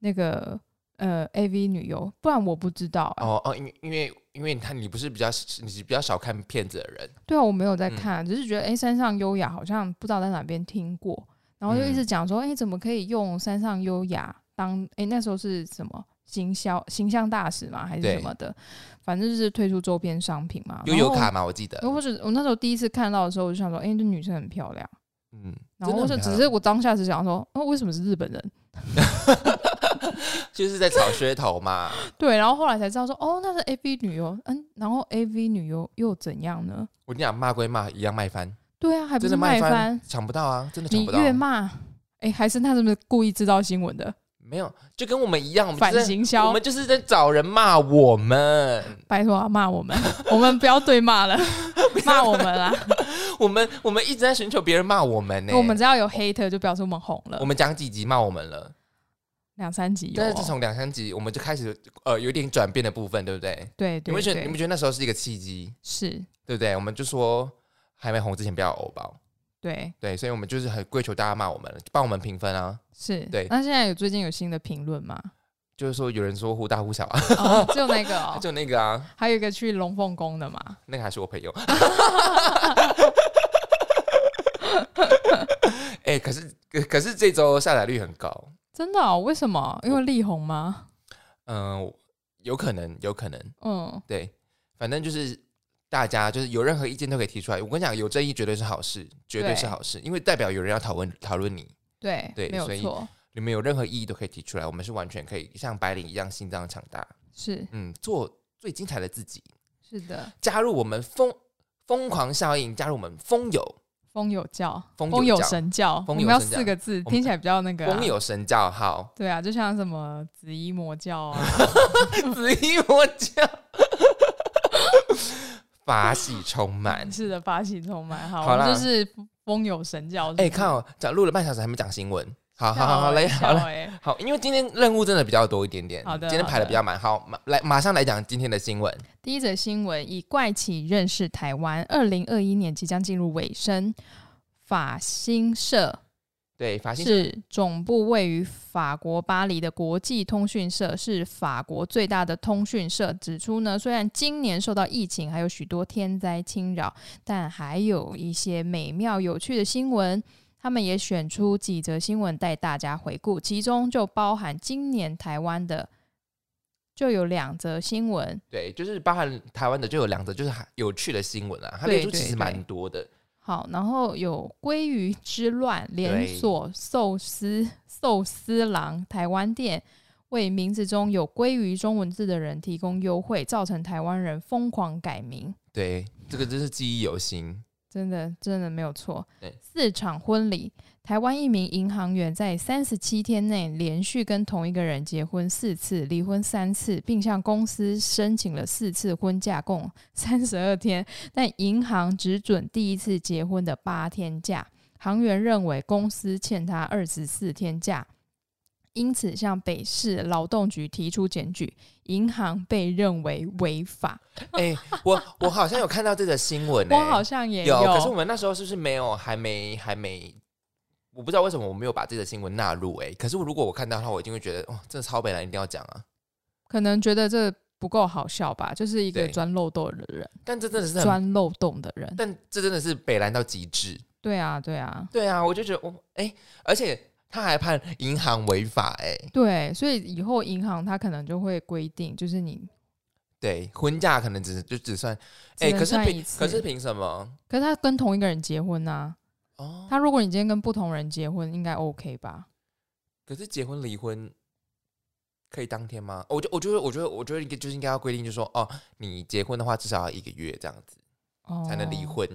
Speaker 2: 那个呃 A V 女优，不然我不知道、啊。
Speaker 1: 哦哦，因为因为因为他你不是比较你是比较少看片子的人，
Speaker 2: 对啊，我没有在
Speaker 1: 嗯
Speaker 2: 看，只是觉得哎、诶山上优雅好像不知道在哪边听过，然后就一
Speaker 1: 嗯
Speaker 2: 直讲说，哎、怎么可以用山上优雅当哎、那时候是什么行销形象大使嘛，还是
Speaker 1: 对
Speaker 2: 什么的，反正就是推出周边商品嘛。
Speaker 1: 悠
Speaker 2: 然
Speaker 1: 悠
Speaker 2: 后
Speaker 1: 卡。嘛，我记得
Speaker 2: 然，后我只我那时候第一次看到的时候，我就想说，哎、这女生很漂亮。
Speaker 1: 嗯，
Speaker 2: 然后
Speaker 1: 真
Speaker 2: 我
Speaker 1: 的
Speaker 2: 就
Speaker 1: 很
Speaker 2: 只
Speaker 1: 漂
Speaker 2: 是
Speaker 1: 亮
Speaker 2: 我当下只想说，哦，为什么是日本人？
Speaker 1: 就是在炒噱头嘛。
Speaker 2: 对，然后后来才知道说，哦，那是 A V 女优，嗯，然后 A V 女优又怎样呢？
Speaker 1: 我跟你讲，骂归骂，一样卖翻，
Speaker 2: 对啊，还不
Speaker 1: 真的
Speaker 2: 是
Speaker 1: 卖
Speaker 2: 翻？
Speaker 1: 抢不到啊，真的抢
Speaker 2: 你
Speaker 1: 不到。
Speaker 2: 越骂，哎、还是他是不是故意制造新闻的？
Speaker 1: 没有，就跟我们一样，我们
Speaker 2: 反
Speaker 1: 就是在
Speaker 2: 行
Speaker 1: 我
Speaker 2: 销，
Speaker 1: 们就是在找人骂我们，
Speaker 2: 拜托啊，骂我们， 我们不要对 骂了，骂我们啦。
Speaker 1: 我们我们一直在寻求别人骂我们呢。
Speaker 2: 我们只要有 hater，就表示我们红
Speaker 1: 我
Speaker 2: 了，
Speaker 1: 们讲几集骂我们了。
Speaker 2: 两三集有
Speaker 1: 但是自
Speaker 2: 哦。
Speaker 1: 从两三集，我们就开始呃有一点转变的部分，对不对？
Speaker 2: 对
Speaker 1: 你
Speaker 2: 对
Speaker 1: 们觉得你
Speaker 2: 对
Speaker 1: 们，觉得那时候是一个契机，
Speaker 2: 是，
Speaker 1: 对不对？我们就说还没红之前不要偶包，
Speaker 2: 对
Speaker 1: 对，所以我们就是很跪求大家骂我们，帮我们评分啊。
Speaker 2: 是。
Speaker 1: 对
Speaker 2: 那现在有最近有新的评论 吗？
Speaker 1: 就是说有人说忽大忽小啊，
Speaker 2: 哦，只有那个哦，
Speaker 1: 就那个啊，
Speaker 2: 还有一个去龙凤宫的嘛。
Speaker 1: 那个还是我朋 友。 哎、可是可可是这周下载率很高，
Speaker 2: 真的哦？为什么？因为力宏吗？
Speaker 1: 嗯、有可能，有可能，
Speaker 2: 嗯，
Speaker 1: 对，反正就是大家就是有任何意见都可以提出来。我跟你讲，有争议绝对是好事，绝对是
Speaker 2: 对
Speaker 1: 好事，因为代表有人要讨论讨论你，
Speaker 2: 对，
Speaker 1: 对
Speaker 2: 没有
Speaker 1: 所以
Speaker 2: 错，
Speaker 1: 你们有任何异议都可以提出来，我们是完全可以像白领一样心脏强大，
Speaker 2: 是
Speaker 1: 嗯，做最精彩的自己，
Speaker 2: 是的，
Speaker 1: 加入我们疯疯狂效应，加入我们疯友
Speaker 2: 风有教，
Speaker 1: 风有
Speaker 2: 风有
Speaker 1: 教
Speaker 2: 神教，
Speaker 1: 风
Speaker 2: 我
Speaker 1: 有
Speaker 2: 们要
Speaker 1: 神教
Speaker 2: 四个字，
Speaker 1: 们
Speaker 2: 听起来比较那个啊。
Speaker 1: 疯友神教号
Speaker 2: 对啊，就像什么紫衣魔教啊，
Speaker 1: 紫衣魔教，法喜充 满。
Speaker 2: 是的，发起充满好，
Speaker 1: 好
Speaker 2: 我们
Speaker 1: 啦
Speaker 2: 就是风有神教。
Speaker 1: 哎、看哦，讲录了半小时还没讲新闻，好好好好嘞，
Speaker 2: 嘞，
Speaker 1: 好嘞
Speaker 2: 笑。欸
Speaker 1: 好，因为今天任务真的比较多一点点，
Speaker 2: 好的
Speaker 1: 今天排的比较满，好，马来马上来讲今天的新闻。
Speaker 2: 第一则新闻：以怪奇认识台湾，二零二一年即将进入尾声。法新社
Speaker 1: 对，法新社
Speaker 2: 是总部位于法国巴黎的国际通讯社，是法国最大的通讯社。指出呢，虽然今年受到疫情还有许多天灾侵扰，但还有一些美妙有趣的新闻。他们也选出几则新闻带大家回顾，其中就包含今年台湾的就有两则新闻，
Speaker 1: 对，就是包含台湾的就有两则，就是还有趣的新闻啊，它列
Speaker 2: 对
Speaker 1: 出其
Speaker 2: 对
Speaker 1: 实
Speaker 2: 对
Speaker 1: 蛮多的。
Speaker 2: 好，然后有鲑鱼之乱连
Speaker 1: 对
Speaker 2: 锁寿司寿司郎台湾店为名字中有鲑鱼中文字的人提供优惠，造成台湾人疯狂改名。
Speaker 1: 对，这个真是记忆犹 新。
Speaker 2: 真的真的没有错
Speaker 1: 对。
Speaker 2: 四场婚礼，台湾一名银行员在三十七天内连续跟同一个人结婚四次，离婚三次，并向公司申请了四次婚假，共三十二天，但银行只准第一次结婚的八天假。行员认为公司欠他二十四天假。因此，向北市劳动局提出检举，银行被认为违法。
Speaker 1: 哎、我我好像有看到这个新闻、欸，
Speaker 2: 我好像也
Speaker 1: 有可是我们那时候是不是没有，还没还没，我不知道为什么我没有把这个新闻纳入、欸。哎，可是如果我看到的话，我一定会觉得，哇、这超北蓝一定要讲啊！
Speaker 2: 可能觉得这不够好笑吧，就是一个
Speaker 1: 对
Speaker 2: 钻漏洞的人，
Speaker 1: 但这真的是很，
Speaker 2: 钻漏洞的人。
Speaker 1: 但这真的是北蓝到极致。
Speaker 2: 对啊，对啊，
Speaker 1: 对啊，我就觉得，哦，哎、而且他还判银行违法、欸，哎，
Speaker 2: 对，所以以后银行它可能就会规定，就是你，
Speaker 1: 对，婚假可能只是就只算，
Speaker 2: 只
Speaker 1: 哎、
Speaker 2: 能
Speaker 1: 可是
Speaker 2: 算一
Speaker 1: 凭
Speaker 2: 次
Speaker 1: 可是凭什么？
Speaker 2: 可是他跟同一个人结婚呐、
Speaker 1: 哦，
Speaker 2: 他如果你今天跟不同人结婚，应该 OK 吧？
Speaker 1: 可是结婚离婚可以当天吗？我就我觉得我觉得我觉得应该就是应该要规定，就是说哦，你结婚的话至少要一个月这样子
Speaker 2: 哦，
Speaker 1: 才能离。婚，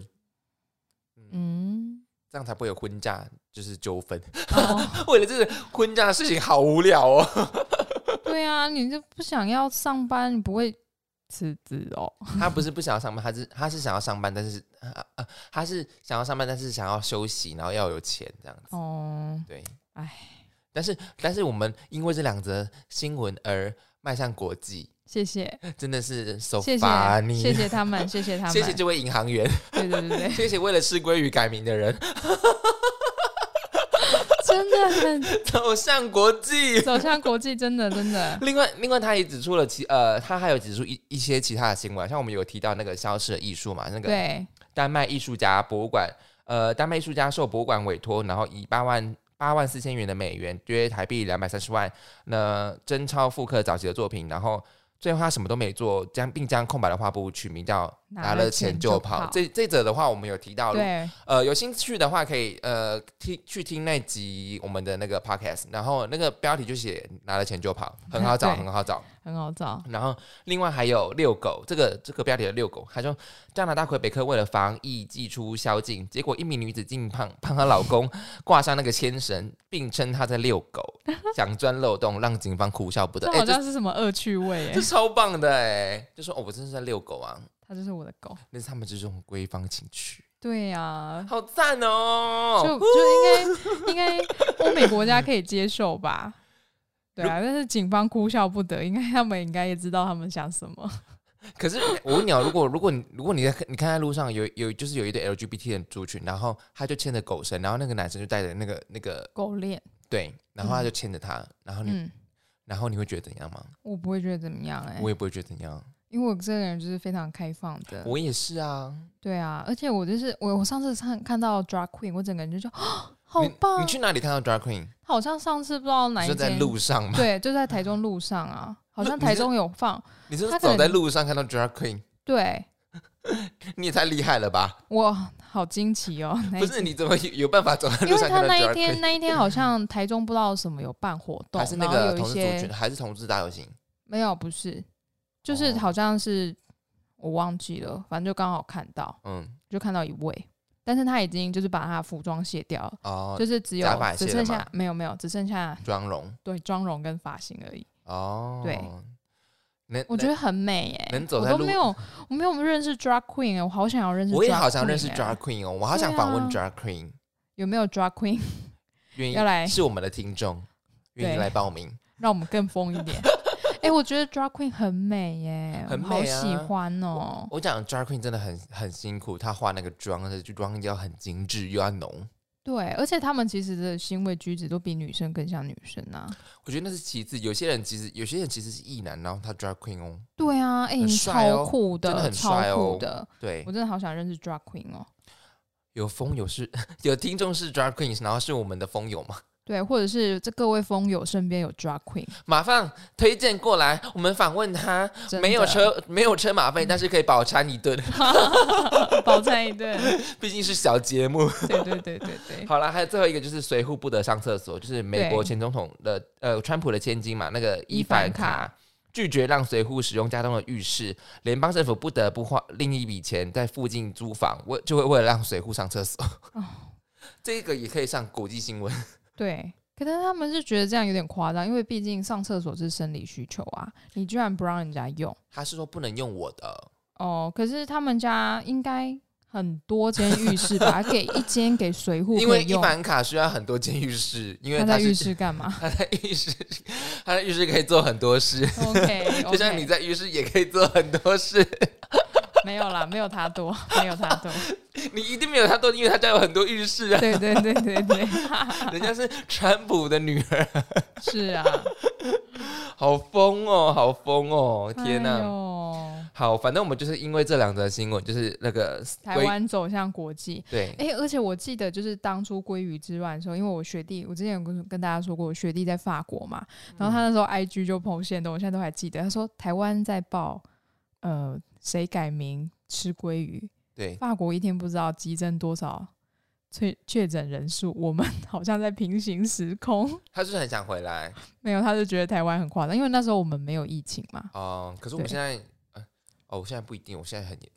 Speaker 2: 嗯，
Speaker 1: 这样才不会有婚嫁就是纠纷。
Speaker 2: 哦，
Speaker 1: 为了这个婚嫁的事情，好无聊哦。
Speaker 2: 对啊，你就不想要上班，你不会辞职哦？
Speaker 1: 他不是不想要上班，他是他是想要上班，但是啊啊，他是想要上班，但是想要休息，然后要有钱这样子。
Speaker 2: 哦，
Speaker 1: 对，
Speaker 2: 哎，
Speaker 1: 但是但是我们因为这两则新闻而迈向国际，
Speaker 2: 谢谢，
Speaker 1: 真的是 so
Speaker 2: 谢
Speaker 1: funny。
Speaker 2: 谢，谢谢他们，谢谢他们，
Speaker 1: 谢谢这位银行员。
Speaker 2: 对对对对。
Speaker 1: 谢谢为了吃鲑鱼改名的人
Speaker 2: 真的很
Speaker 1: 走向国际。
Speaker 2: 走向国际，真的真的。
Speaker 1: 另外，另外他也指出了其呃，他还有指出一一些其他的新闻，像我们有提到那个消失的艺术嘛，那个
Speaker 2: 对，
Speaker 1: 丹麦艺术家博物馆，呃，丹麦艺术家受博物馆委托，然后以八万八万四千元的美元，约台币两百三十万，那真钞复刻早期的作品，然后最后他什么都没做，将并将空白的画布取名叫“
Speaker 2: 拿
Speaker 1: 拿
Speaker 2: 了
Speaker 1: 了
Speaker 2: 钱
Speaker 1: 钱
Speaker 2: 就
Speaker 1: 就
Speaker 2: 跑
Speaker 1: 跑”。这这则的话，我们有提到，
Speaker 2: 对，
Speaker 1: 呃，有兴趣的话可以呃听去听那集我们的那个 podcast，然后那个标题就写拿了钱就跑，很好找，
Speaker 2: 对
Speaker 1: 很好找。
Speaker 2: 很好找。
Speaker 1: 然后另外还有遛狗，这个这个标题的遛狗，他说加拿大魁北克为了防疫祭出宵禁，结果一名女子竟胖胖她老公 挂上那个牵绳，并称她在遛狗，想钻漏洞，让警方哭笑不得。
Speaker 2: 这
Speaker 1: 哎、
Speaker 2: 好
Speaker 1: 这
Speaker 2: 像是什么恶趣味哎
Speaker 1: 这，超棒的哎、就说哦，我真是在遛狗啊，
Speaker 2: 它就是我的狗。
Speaker 1: 那是他们这种闺房情趣，
Speaker 2: 对呀，
Speaker 1: 好赞哦！
Speaker 2: 就就应该应该欧美国家可以接 受吧？对啊，但是警方哭笑不得，应该他们应该也知道他们想什么。
Speaker 1: 可是我问你哦，如果如果你如果你在你看在路上有有就是有一对 LGBT 的族群，然后他就牵着狗绳，然后那个男生就带着那个那个
Speaker 2: 狗链，
Speaker 1: 对，然后他就牵着他，然后你、
Speaker 2: 嗯，
Speaker 1: 然后你会觉得怎样吗？
Speaker 2: 我不会觉得怎么样哎
Speaker 1: 我，也不会觉得怎样，
Speaker 2: 因为我这个人就是非常开放的。
Speaker 1: 我也是啊。
Speaker 2: 对啊，而且我就是我，我上次看看到 drag queen，我整个人就说啊 好
Speaker 1: 你
Speaker 2: 棒
Speaker 1: 你！去哪里看到 drag queen？
Speaker 2: 好像上次不知道哪
Speaker 1: 你
Speaker 2: 一
Speaker 1: 说
Speaker 2: 间
Speaker 1: 在路上吗？
Speaker 2: 对，就在台中路上啊，好 像
Speaker 1: 你是
Speaker 2: 台中有放。
Speaker 1: 你是
Speaker 2: 他可
Speaker 1: 走在
Speaker 2: 能
Speaker 1: 路上看到 drag queen？
Speaker 2: 对，
Speaker 1: 你也太厉害了吧！
Speaker 2: 哇，好惊奇 哦！那一
Speaker 1: 不是，你怎么有有办法走在
Speaker 2: 因
Speaker 1: 路
Speaker 2: 为
Speaker 1: 上
Speaker 2: 他
Speaker 1: 看到
Speaker 2: 那一
Speaker 1: drag
Speaker 2: 天
Speaker 1: queen？
Speaker 2: 那一天好像台中不知道什么有办活动，
Speaker 1: 还是那
Speaker 2: 然后
Speaker 1: 个
Speaker 2: 有
Speaker 1: 同
Speaker 2: 一
Speaker 1: 志族群，啊
Speaker 2: 些
Speaker 1: 还是同志大游行？
Speaker 2: 没有不是，就是
Speaker 1: 哦
Speaker 2: 好像是、我忘记了，反正就刚好看到，
Speaker 1: 嗯，
Speaker 2: 就看到一位，但是他已经就是把他的服装卸掉了。
Speaker 1: 哦，
Speaker 2: 就是只有
Speaker 1: 假发也
Speaker 2: 只
Speaker 1: 卸
Speaker 2: 剩
Speaker 1: 了
Speaker 2: 下
Speaker 1: 吗
Speaker 2: 没有没有，只剩下
Speaker 1: 妆容
Speaker 2: 对妆容跟发型而已。
Speaker 1: 哦，
Speaker 2: 对
Speaker 1: 能，
Speaker 2: 我觉得很美耶、
Speaker 1: 能走
Speaker 2: 我
Speaker 1: 在
Speaker 2: 都
Speaker 1: 路
Speaker 2: 没有我没有认识 drag queen，、欸、我好想要认识 drag queen 欸、啊
Speaker 1: 我也好想认识 drag queen 哦，我好想访问 drag queen，
Speaker 2: 有没有 drag queen
Speaker 1: 愿意
Speaker 2: 要来
Speaker 1: 是我们的听众，愿意
Speaker 2: 对
Speaker 1: 来报名。
Speaker 2: 让我们更疯 一点。哎、我觉得 drag queen 很美耶，
Speaker 1: 很
Speaker 2: 我好
Speaker 1: 美啊
Speaker 2: 喜欢哦。
Speaker 1: 我讲 drag queen 真的很很辛苦，她化那个妆，而且就妆要很精致又要浓，
Speaker 2: 对，而且他们其实的行为举止都比女生更像女生啊。
Speaker 1: 我觉得那是其次。有些人其实有些人其实是异男，然后他 drag queen 哦，
Speaker 2: 对啊，哎、
Speaker 1: 很
Speaker 2: 你
Speaker 1: 帅
Speaker 2: 超
Speaker 1: 哦
Speaker 2: 酷的，
Speaker 1: 真的很帅
Speaker 2: 超
Speaker 1: 哦
Speaker 2: 酷的，
Speaker 1: 对
Speaker 2: 我，真的好想认识 drag queen 哦。
Speaker 1: 有风有是，有听众是 drag queen，然后是我们的风友嘛，
Speaker 2: 对，或者是这各位风友身边有 drag queen，
Speaker 1: 马放推荐过来，我们访问他，
Speaker 2: 真的
Speaker 1: 没有车没有车马费，但是可以饱餐一顿，
Speaker 2: 饱餐一顿。
Speaker 1: 毕竟是小节目。
Speaker 2: 对对对对对，
Speaker 1: 好了，还有最后一个就是随户不得上厕所，就是美国
Speaker 2: 对
Speaker 1: 前总统的呃川普的千金嘛，那个伊
Speaker 2: 伊
Speaker 1: 凡
Speaker 2: 凡
Speaker 1: 卡
Speaker 2: 卡
Speaker 1: 拒绝让随户使用家中的浴室，联邦政府不得不花另一笔钱在附近租房，为就会为了让随户上厕所。
Speaker 2: 哦
Speaker 1: 这个也可以上国际新闻，
Speaker 2: 对。可能他们是觉得这样有点夸张，因为毕竟上厕所是生理需求啊，你居然不让人家用
Speaker 1: 他是说不能用我的，
Speaker 2: 哦。可是他们家应该很多间浴室 吧，给一间给随户
Speaker 1: 因
Speaker 2: 可
Speaker 1: 为
Speaker 2: 以
Speaker 1: 伊
Speaker 2: 用。
Speaker 1: 凡卡需要很多间浴室，因为
Speaker 2: 他
Speaker 1: 他
Speaker 2: 在
Speaker 1: 是
Speaker 2: 浴室干嘛
Speaker 1: 他在浴室，他在浴室可以做很多事，
Speaker 2: ？OK，
Speaker 1: 就像你在浴室也可以做很多事。
Speaker 2: 没有啦，没有他多，没有 他多。
Speaker 1: 你一定没有他多，因为他家有很多浴室啊。
Speaker 2: 对对对对 对，
Speaker 1: 人家是川普的女儿，
Speaker 2: 是啊。
Speaker 1: 好疯哦，好疯哦！天哪、
Speaker 2: 哎呦
Speaker 1: 好，反正我们就是因为这两则新闻，就是那个
Speaker 2: 台
Speaker 1: 归
Speaker 2: 湾走向国际。
Speaker 1: 对，
Speaker 2: 哎、而且我记得就是当初鲑鱼之乱的时候，因为我学弟，我之前有跟跟大家说过，我学弟在法国嘛，
Speaker 1: 嗯
Speaker 2: 然后他那时候 IG 就 PO 线的，我现在都还记得。他说台湾在报，呃，谁改名吃鲑鱼？
Speaker 1: 对，
Speaker 2: 法国一天不知道激增多少确确诊人数，我们好像在平行时空。
Speaker 1: 他就是很想回来
Speaker 2: 没有，他就觉得台湾很夸张，因为那时候我们没有疫情嘛，
Speaker 1: 哦、可是我们
Speaker 2: 对
Speaker 1: 现在，呃哦，我现在不一定，我现在很严，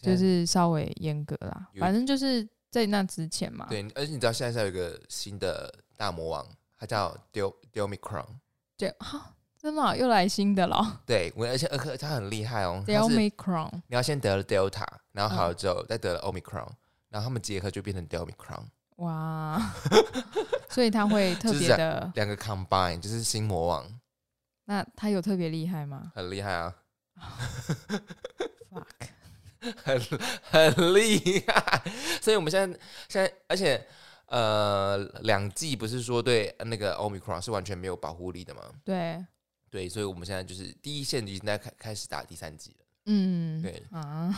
Speaker 1: 现
Speaker 2: 就
Speaker 1: 在
Speaker 2: 是稍微严格啦。
Speaker 1: 有
Speaker 2: 反正就是在那之前嘛，
Speaker 1: 对，而且你知道现在是有一个新的大魔王，他叫 d i d i o m i c r o n
Speaker 2: 对，好，真的哦又来新的 了
Speaker 1: 对我，而且而且他很厉害哦，他是
Speaker 2: ，Delmicron
Speaker 1: 你要先得了 Delta，然后好了
Speaker 2: 嗯
Speaker 1: 之后、再得了 Omicron，然后他们结合就变成 Delmicron，
Speaker 2: 哇， 所以他会特别的，
Speaker 1: 两个 combine 就是新魔王，
Speaker 2: 那他有特别厉害吗
Speaker 1: 很厉害啊，
Speaker 2: ？Fuck，
Speaker 1: 很很厉害。所以我们现在现在，而且呃，两剂不是说对那个 Omicron 是完全没有保护力的吗？
Speaker 2: 对，
Speaker 1: 对，所以我们现在就是第一线已经在开开始打第三剂了，
Speaker 2: 嗯，
Speaker 1: 对
Speaker 2: 啊，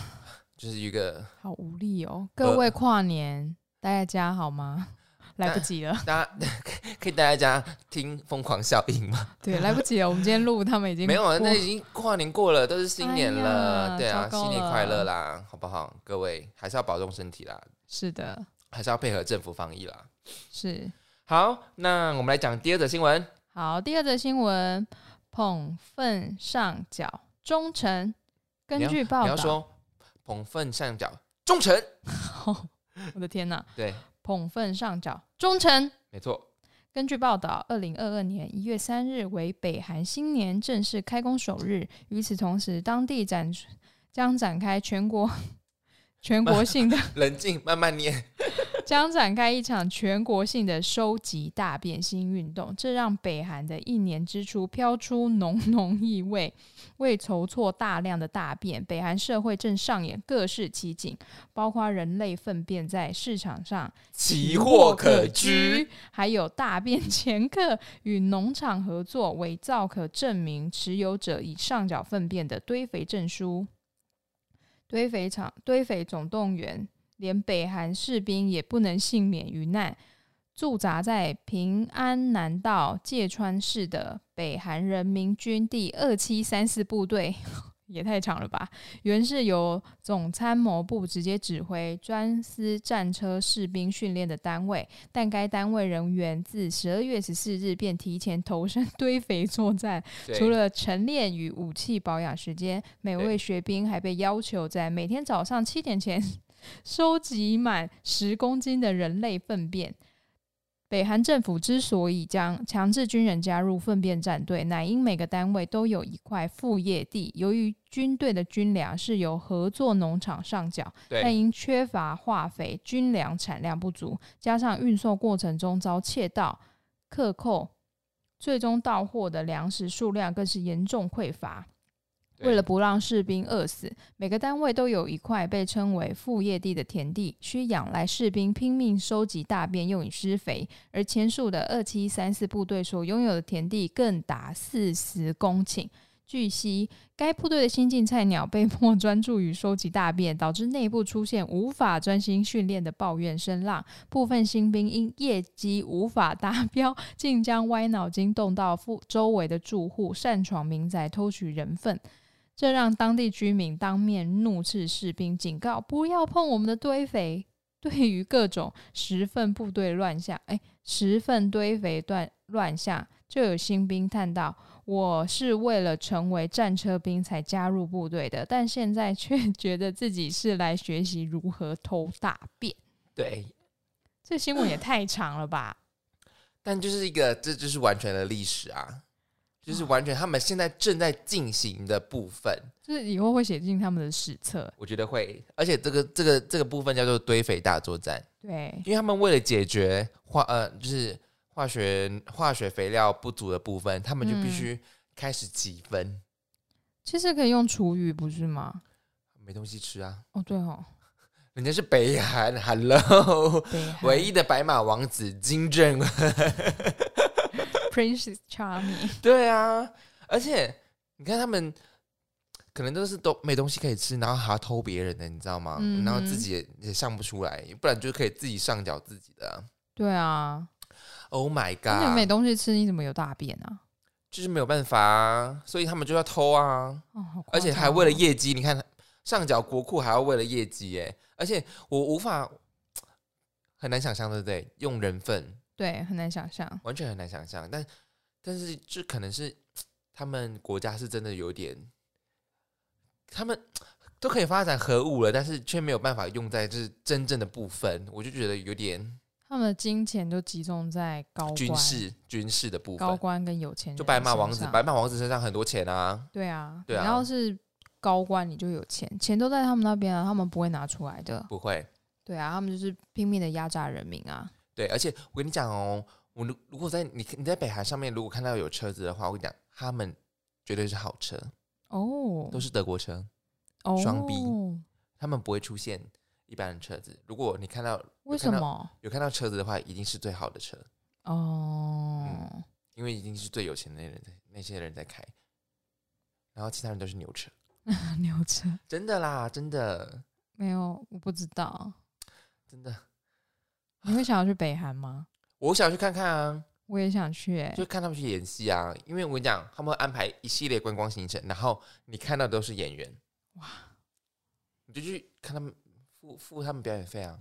Speaker 1: 就是一个
Speaker 2: 好无力哦，
Speaker 1: 呃
Speaker 2: 各位跨年待在家好吗？来不及了，
Speaker 1: 大家 可以大家听疯狂效应吗？
Speaker 2: 对，来不及了。我们今天录，他们已经
Speaker 1: 没有啊，
Speaker 2: 过
Speaker 1: 那已经跨年过了，都是新年了，
Speaker 2: 哎呀
Speaker 1: 对啊，
Speaker 2: 糟糕
Speaker 1: 新年快乐
Speaker 2: 了
Speaker 1: 啦，好不好？各位还是要保重身体啦，
Speaker 2: 是的，
Speaker 1: 还是要配合政府防疫啦。
Speaker 2: 是
Speaker 1: 好，那我们来讲第二则新闻。
Speaker 2: 好。第二则新闻，捧粪上缴忠诚。根据报
Speaker 1: 你要
Speaker 2: 道，
Speaker 1: 说捧粪上缴，忠诚，
Speaker 2: 我的天哪，
Speaker 1: 对，
Speaker 2: 捧粪上缴忠诚。
Speaker 1: 没错，
Speaker 2: 根据报道，二零二二年一月三日为北韩新年正式开工首日，与此同时，当地展出将展开全国 全国性的
Speaker 1: 冷静，慢慢念。
Speaker 2: 将展开一场全国性的收集大变心运动，这让北韩的一年之初飘出浓浓异味。为筹措大量的大便，北韩社会正上演各式奇景，包括人类粪便在市场上
Speaker 1: 奇货可居，，
Speaker 2: 还有大便前客与农场合作，伪造可证明持有者已上缴粪便的堆肥证书。堆肥厂、堆肥总动员，连北韩士兵也不能幸免于难。驻扎在平安南道芥川市的北韩人民军第二七三四部队， 也太长了吧！原是由总参谋部直接指挥、专司战车士兵训练的单位，但该单位人员自十二月十四日便提前投身 堆肥作战，
Speaker 1: 对
Speaker 2: 除了晨练与武器保养时间，每
Speaker 1: 对
Speaker 2: 位学兵还被要求在每天早上七点前 收集满十公斤的人类粪便。北韩政府之所以将强制军人加入粪便战队，乃因每个单位都有一块副业地，由于军队的军粮是由合作农场上缴，但
Speaker 1: 对
Speaker 2: 因缺乏化肥，军粮产量不足，加上运送过程中遭窃盗、克扣，最终到货的粮食数量更是严重匮乏。
Speaker 1: 对
Speaker 2: 为了不让士兵饿死，每个单位都有一块被称为副业地的田地，需仰赖士兵拼命收集大便用以施肥。而前述的二七三四部队所拥有的田地更达四十公顷，据悉，该部队的新进菜鸟被迫专注于收集大便，导致内部出现无法专心训练的抱怨声浪。部分新兵因业绩无法达标，竟将歪脑筋动到附周围的住户，擅闯民宅偷取人粪。这让当地居民当面怒斥士兵，警告不要碰我们的堆肥。对于各种石粪部队乱象，哎，石粪堆肥乱乱象，就有新兵叹道：“我是为了成为战车兵才加入部队的，但现在却 觉得自己是来学习如何偷大便。
Speaker 1: 对，”
Speaker 2: 这新 闻也太长了吧？
Speaker 1: 但就是一个，这就是完全的历史啊，就是完全他们现在正在进行的部分，
Speaker 2: 就是以后会写进他们的史册。
Speaker 1: 我觉得会，而且这个这个这个部分叫做堆肥大作战，
Speaker 2: 对，
Speaker 1: 因为他们为了解决化呃就是化学化学肥料不足的部分，他们就必
Speaker 2: 嗯
Speaker 1: 须开始积分，
Speaker 2: 其实可以用厨余，不是吗？
Speaker 1: 没东西吃啊，
Speaker 2: 哦，对哦，
Speaker 1: 人家是北韩，Hello，
Speaker 2: 对，
Speaker 1: 唯一的白马王子金正 恩，
Speaker 2: Princess Charming，
Speaker 1: 对啊，而且你看他们可能都是都没东西可以吃，然后还要偷别人的，你知道吗？
Speaker 2: 嗯哼
Speaker 1: 然后自己也也上不出来，不然就可以自己上缴自己的啊、
Speaker 2: 对啊，
Speaker 1: Oh my
Speaker 2: 那你没
Speaker 1: god！
Speaker 2: 东西吃，你怎么有大便啊？
Speaker 1: 就是没有办法啊，所以他们就要偷啊，
Speaker 2: 哦，好夸
Speaker 1: 而且
Speaker 2: 张
Speaker 1: 还为了
Speaker 2: 哦
Speaker 1: 业绩，你看上缴国库还要为了业绩耶，而且我无法很难想象，对不对？用人份
Speaker 2: 对很难想象，
Speaker 1: 完全很难想象，但但是这可能是他们国家是真的有点，他们都可以发展核武了，但是却没有办法用在就是真正的部分，我就觉得有点
Speaker 2: 他们的金钱都集中在高官、
Speaker 1: 军事军事的部
Speaker 2: 高
Speaker 1: 分，
Speaker 2: 官跟有钱人，
Speaker 1: 就白马王子，白。马王子身上很多钱啊，
Speaker 2: 对啊，
Speaker 1: 对啊
Speaker 2: 你要是高官，你就有钱，钱都在他们那边啊，他们不会拿出来的。
Speaker 1: 不会
Speaker 2: 对啊，他们就是拼命的压榨人民啊。
Speaker 1: 对，而且我跟你讲哦，我如如果在你你在北韩上面如果看到有车子的话，我跟你讲，他们绝对是好车，
Speaker 2: 哦，
Speaker 1: 都是德国车，
Speaker 2: 哦
Speaker 1: 双 B 他们不会出现一般的车子。如果你看到
Speaker 2: 为什么？
Speaker 1: 有看到车子的话，一定是最好的车，
Speaker 2: 哦，
Speaker 1: 因为一定是最有钱的那人在那些人在开，然后其他人都是牛车，嗯
Speaker 2: 牛车
Speaker 1: 真的啦，真的
Speaker 2: 没有，我不知道。
Speaker 1: 真的，
Speaker 2: 你会想要去北韩吗？
Speaker 1: 我想去看看啊，
Speaker 2: 我也想去、欸，
Speaker 1: 就看他们去演戏啊，因为我跟你讲，他们会安排一系列观光行程，然后你看到的都是演员，
Speaker 2: 哇，
Speaker 1: 你就去看他们付付他们表演费啊，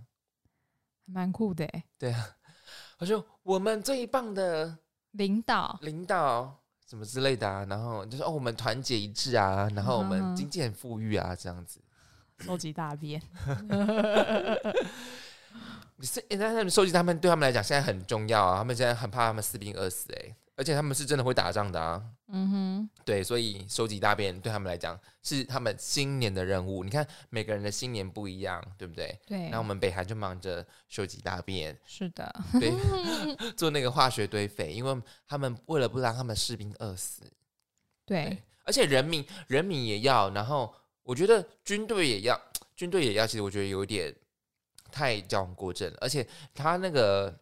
Speaker 2: 还蛮酷的、欸。
Speaker 1: 他说我们最棒的
Speaker 2: 领导，
Speaker 1: 领导什么之类的啊，然后就是哦，我们团结一致啊，然后我
Speaker 2: 嗯哼
Speaker 1: 们
Speaker 2: 哼
Speaker 1: 经济很富裕啊，这样子。
Speaker 2: 收集大便。
Speaker 1: 你是欸但是他们收集他们对他们来讲现在很重要啊，他们现在很怕他们士兵饿死哎、而且他们是真的会打仗的啊，
Speaker 2: 嗯
Speaker 1: 对，所以收集大便对他们来讲是他们新年的任务。你看每个人的新年不一样，对不对
Speaker 2: 哼，？对
Speaker 1: 那，我们北韩就忙着收集大便，
Speaker 2: 是的，
Speaker 1: 对， 做那个化学堆肥，因为他们为了不让他们士兵饿死，
Speaker 2: 对
Speaker 1: 对，而且人民人民也要，然后我觉得军队也要，军队也要，其实我觉得有点太矫枉过正了，而且他那个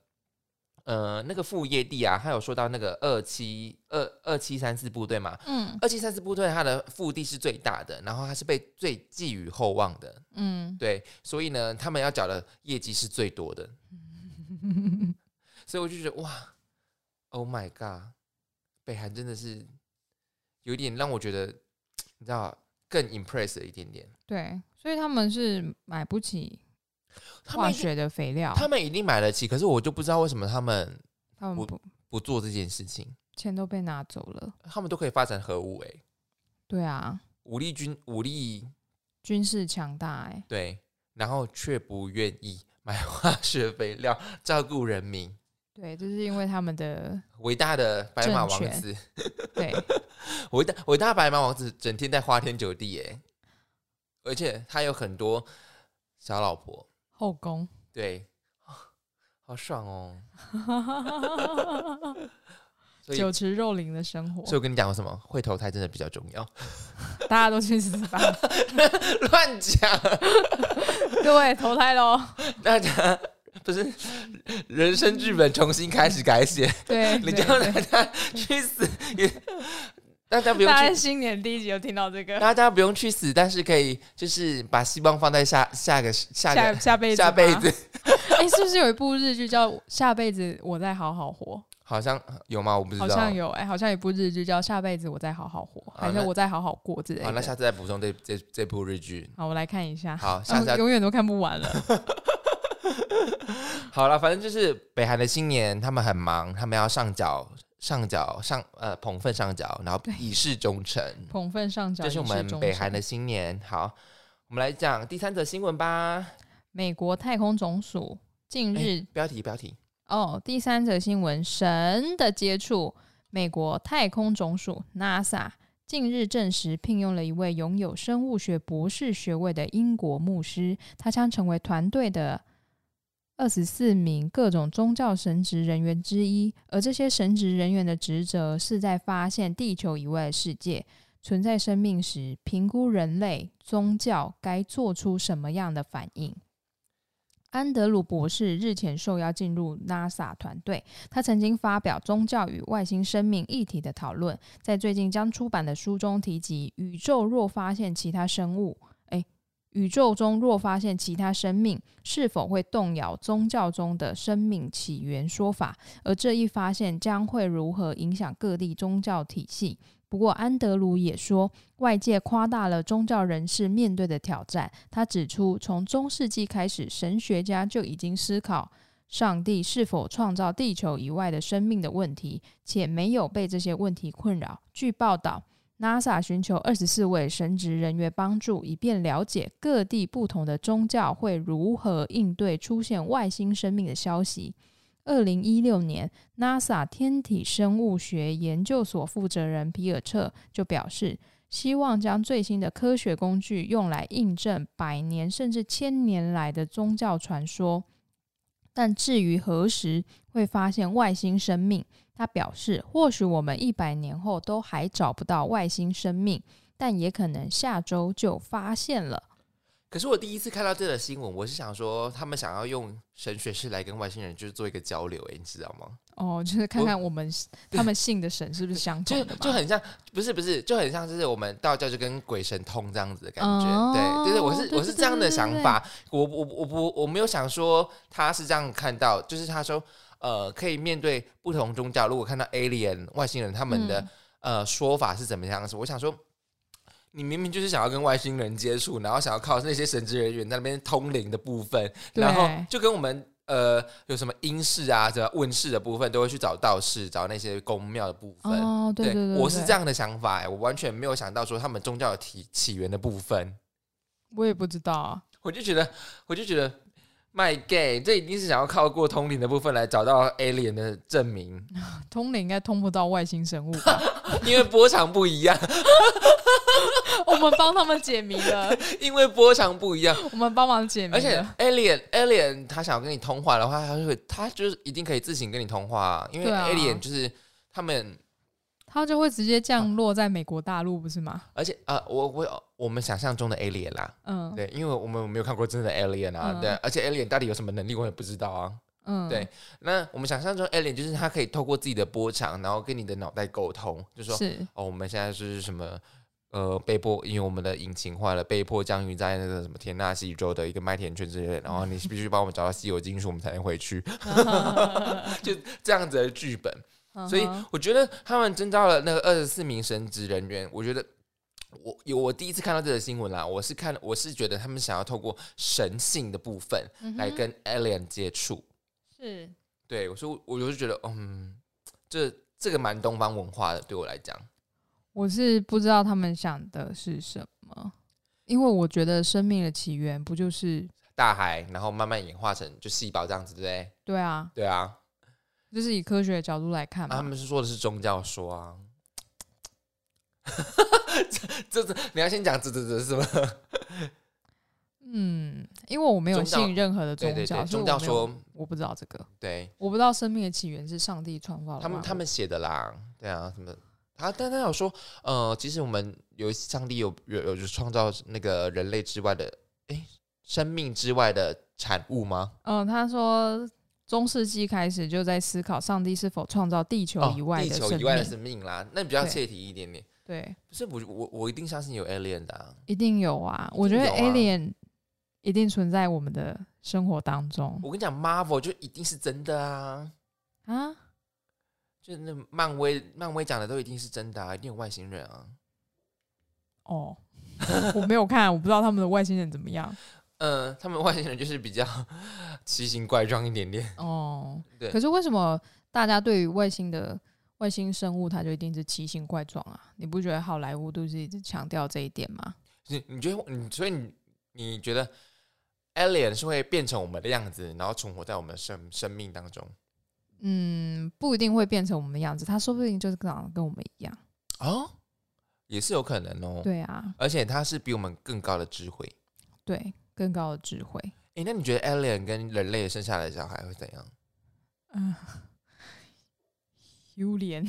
Speaker 1: 呃那个副业地啊，他有说到那个二七二二七三四部队嘛，
Speaker 2: 嗯
Speaker 1: 二七三四部队它的腹地是最大的，然后它是被最寄予厚望的，
Speaker 2: 嗯，
Speaker 1: 对，所以呢，他们要缴的业绩是最多的，所以我就觉得哇，Oh my god，北韩真的是有点让我觉得，你知道，更 impress 了一点点。
Speaker 2: 对，所以他们是买不起
Speaker 1: 他
Speaker 2: 化
Speaker 1: 们一定
Speaker 2: 学啊的肥料，
Speaker 1: 他们一定买得起，可是我就不知道为什么他们
Speaker 2: 他们
Speaker 1: 我
Speaker 2: 不
Speaker 1: 不做这件事情，
Speaker 2: 钱都被拿走了。
Speaker 1: 他们都可以发展核武、欸，
Speaker 2: 对啊，
Speaker 1: 武力军武力
Speaker 2: 军事强大哎、
Speaker 1: 对，然后却不愿意买化学肥料照顾人民，
Speaker 2: 对，就是因为他们的
Speaker 1: 伟大的白马
Speaker 2: 政
Speaker 1: 王
Speaker 2: 权
Speaker 1: 子。
Speaker 2: 对
Speaker 1: 伟大伟大白马王子整天在花天酒地耶，而且他有很多小老婆，
Speaker 2: 后宫，
Speaker 1: 对，啊好爽哦。所以，
Speaker 2: 酒
Speaker 1: 所
Speaker 2: 池肉林的生活，
Speaker 1: 以我跟你讲，什么会投胎真的比较重要，
Speaker 2: 大家都去死吧！
Speaker 1: 乱讲，
Speaker 2: 各位投胎喽，
Speaker 1: 大家不是人生剧本重新开始改写，
Speaker 2: 对，
Speaker 1: 你
Speaker 2: 对
Speaker 1: 叫
Speaker 2: 对
Speaker 1: 大家去死也。大家不用
Speaker 2: 大
Speaker 1: 去
Speaker 2: 家新年第一集就听到这个，
Speaker 1: 大家不用去死，但是可以就是把希望放在下下个下
Speaker 2: 下
Speaker 1: 个
Speaker 2: 下辈子
Speaker 1: 下辈
Speaker 2: 吧，
Speaker 1: 子，
Speaker 2: 哎、是不是有一部日剧叫《下辈子我再好好活
Speaker 1: 好像有吗？我不》？知道。
Speaker 2: 好像有，哎、好像有一部日剧叫《下辈子我再好好活》，还是
Speaker 1: 那
Speaker 2: 我再好好过之类的。
Speaker 1: 好，那下次再补充这这这部日剧。
Speaker 2: 好我来看一下。
Speaker 1: 好，下
Speaker 2: 嗯
Speaker 1: 次要、
Speaker 2: 永远都看不完了。
Speaker 1: 好了，反正就是北韩的新年，他们很忙，他们要上缴上缴上呃捧粪上缴，然后以示忠诚，
Speaker 2: 捧粪上角，
Speaker 1: 这是我们北韩的新年。好，我们来讲第三则新闻吧。
Speaker 2: 美国太空总署近
Speaker 1: 哎
Speaker 2: 日
Speaker 1: 标题标题，
Speaker 2: 哦，第三则新闻：神的接触。美国太空总署 NASA 近日证实，聘用了一位拥有生物学博士学位的英国牧师，他将成为团队的二十四名各种宗教神职人员之一。而这些神职人员的职责是在发现地球以外的世界存在生命时，评估人类宗教该做出什么样的反应。安德鲁博士日前受邀进入 NASA 团队，他曾经发表宗教与外星生命议题的讨论，在最近将出版的书中提及，宇宙若发现其他生物，诶，宇宙中若发现其他生命，是否会动摇宗教中的生命起源说法？而这一发现将会如何影响各地宗教体系？不过，安德鲁也说，外界夸大了宗教人士面对的挑战。他指出，从中世纪开始，神学家就已经思考上帝是否创造地球以外的生命的问题，且没有被这些问题困扰。据报道，NASA 寻求二十四位神职人员帮助，以便了解各地不同的宗教会如何应对出现外星生命的消息。二零一六年，NASA 天体生物学研究所负责人皮尔彻就表示，希望将最新的科学工具用来印证百年甚至千年来的宗教传说。但至于何时会发现外星生命，他表示，或许我们一百年后都还找不到外星生命，但也可能下周就发现了。
Speaker 1: 可是我第一次看到这个新闻，我是想说，他们想要用神学士来跟外星人就是做一个交流、欸，你知道吗？
Speaker 2: 哦，就是看看我们他们信的神是不是相同
Speaker 1: 就
Speaker 2: 的 嘛？
Speaker 1: 就很像，不是不是，就很像，就是我们道教就跟鬼神通这样子的感觉，
Speaker 2: 哦
Speaker 1: 对，就是我是
Speaker 2: 对
Speaker 1: 我是
Speaker 2: 对
Speaker 1: 这样
Speaker 2: 对
Speaker 1: 的
Speaker 2: 对
Speaker 1: 想
Speaker 2: 对
Speaker 1: 法，我我我不我没有想说他是这样看到，就是他说呃，可以面对不同宗教，如果看到 alien 外星人他们的、
Speaker 2: 嗯
Speaker 1: 呃说法是怎么样子，我想说。你明明就是想要跟外星人接触，然后想要靠那些神职人员在那边通灵的部分，然后
Speaker 2: 对
Speaker 1: 就跟我们呃有什么阴事啊、什么问世的部分，都会去找道士、找那些宫庙的部分。
Speaker 2: 哦，对对对，
Speaker 1: 我是
Speaker 2: 对
Speaker 1: 这，样的想法、欸，我完全没有想到说他们宗教的起起源的部分，
Speaker 2: 我也不知道啊。
Speaker 1: 我就觉得，我就觉得，my gay，这一定是想要靠过通灵的部分来找到 alien 的证 明，
Speaker 2: 通灵应该通不到外星生物吧？
Speaker 1: 因为波长不一样，
Speaker 2: 我们帮他们解谜了，
Speaker 1: 因为波长不一 样，
Speaker 2: 我们帮忙解谜了。
Speaker 1: 而且 alien alien 他想要跟你通话的话，他就会他就是一定可以自行跟你通话、啊，因为
Speaker 2: 对啊
Speaker 1: alien 就是他们。
Speaker 2: 它就会直接降落在美国大陆，不是吗？
Speaker 1: 而且啊、呃我我我们想象中的 alien 啦，
Speaker 2: 嗯，
Speaker 1: 对，因为我们没有看过真的 alien 啊，
Speaker 2: 嗯
Speaker 1: 对，而且 alien 到底有什么能力，我也不知道啊。
Speaker 2: 嗯，
Speaker 1: 对，那我们想象中 alien 就是它可以透过自己的波长，然后跟你的脑袋沟通，就说
Speaker 2: 是，
Speaker 1: 哦，我们现在是什么？呃，被迫因为我们的引擎坏了，被迫降于在那个什么田纳西州的一个麦田圈之类
Speaker 2: 嗯
Speaker 1: 的，然后你必须帮我们找到稀有金属，我们才能回 去，就这样子的剧本。所以
Speaker 2: 嗯哼
Speaker 1: 我觉得他们征召了那个二十四名神职人员，我觉得我有我第一次看到这个新闻啦，我是看我是觉得他们想要透过神性的部分
Speaker 2: 嗯哼
Speaker 1: 来跟 alien 接触，
Speaker 2: 是
Speaker 1: 对，我说我就是觉得嗯，这这个蛮东方文化的，对我来讲，
Speaker 2: 我是不知道他们想的是什么，因为我觉得生命的起源不就是
Speaker 1: 大海然后慢慢演化成就细胞这样子，对不对？
Speaker 2: 对啊，
Speaker 1: 对啊，
Speaker 2: 就是以科学的角度来看
Speaker 1: 啊他
Speaker 2: 嘛。
Speaker 1: 们是说的是宗教说啊。 这这，你要先讲这这这是什么？
Speaker 2: 嗯，因为我没有
Speaker 1: 宗教
Speaker 2: 信任何的
Speaker 1: 对
Speaker 2: 宗
Speaker 1: 对
Speaker 2: 教，
Speaker 1: 对，
Speaker 2: 所
Speaker 1: 宗
Speaker 2: 以我
Speaker 1: 教
Speaker 2: 没有
Speaker 1: 说，
Speaker 2: 我不知道这个，
Speaker 1: 对，
Speaker 2: 我不知道生命的起源是上帝创造的
Speaker 1: 他们
Speaker 2: 万
Speaker 1: 他
Speaker 2: 物
Speaker 1: 们写的啦，对啊，什么他但他有说，呃，其实我们有上帝有有有就创造那个人类之外的，诶，生命之外的产物吗？
Speaker 2: 嗯，他说中世纪开始就在思考上帝是否创造地球
Speaker 1: 哦
Speaker 2: 以外
Speaker 1: 地
Speaker 2: 的
Speaker 1: 球
Speaker 2: 生
Speaker 1: 以
Speaker 2: 命。
Speaker 1: 外的生命啦，那比较
Speaker 2: 对
Speaker 1: 切题一点点。
Speaker 2: 对，
Speaker 1: 不是我我我一定相信有 alien 的、啊，
Speaker 2: 一定有啊！
Speaker 1: 一
Speaker 2: 我觉
Speaker 1: 定
Speaker 2: 得
Speaker 1: 有啊
Speaker 2: alien 一定存在我们的生活当中
Speaker 1: 我跟你讲，Marvel 就一定是真的啊，
Speaker 2: 啊。
Speaker 1: 就是那漫威漫威讲的都一定是真的啊，一定有外星人啊。
Speaker 2: 哦，我没有看，我不知道他们的外星人怎么样。
Speaker 1: 嗯、他们外星人就是比较 奇形怪状一点点，
Speaker 2: 哦，
Speaker 1: 对
Speaker 2: 可是为什么大家对于外星的外星生物，它就一定是奇形怪状啊？你不觉得好莱坞都是一直强调这一点吗？
Speaker 1: 你你觉得你所以你你觉得 alien 是会变成我们的样子，然后存活在我们的生生命当中
Speaker 2: 嗯，不一定会变成我们的样子，它说不定就是长得跟我们一样。
Speaker 1: 哦，也是有可能哦。
Speaker 2: 对啊，
Speaker 1: 而且它是比我们更高的智慧。
Speaker 2: 对，更高的智慧。
Speaker 1: 诶，那你觉得 alien 跟人类生下来的小孩会怎 样？
Speaker 2: 嗯、幽莲，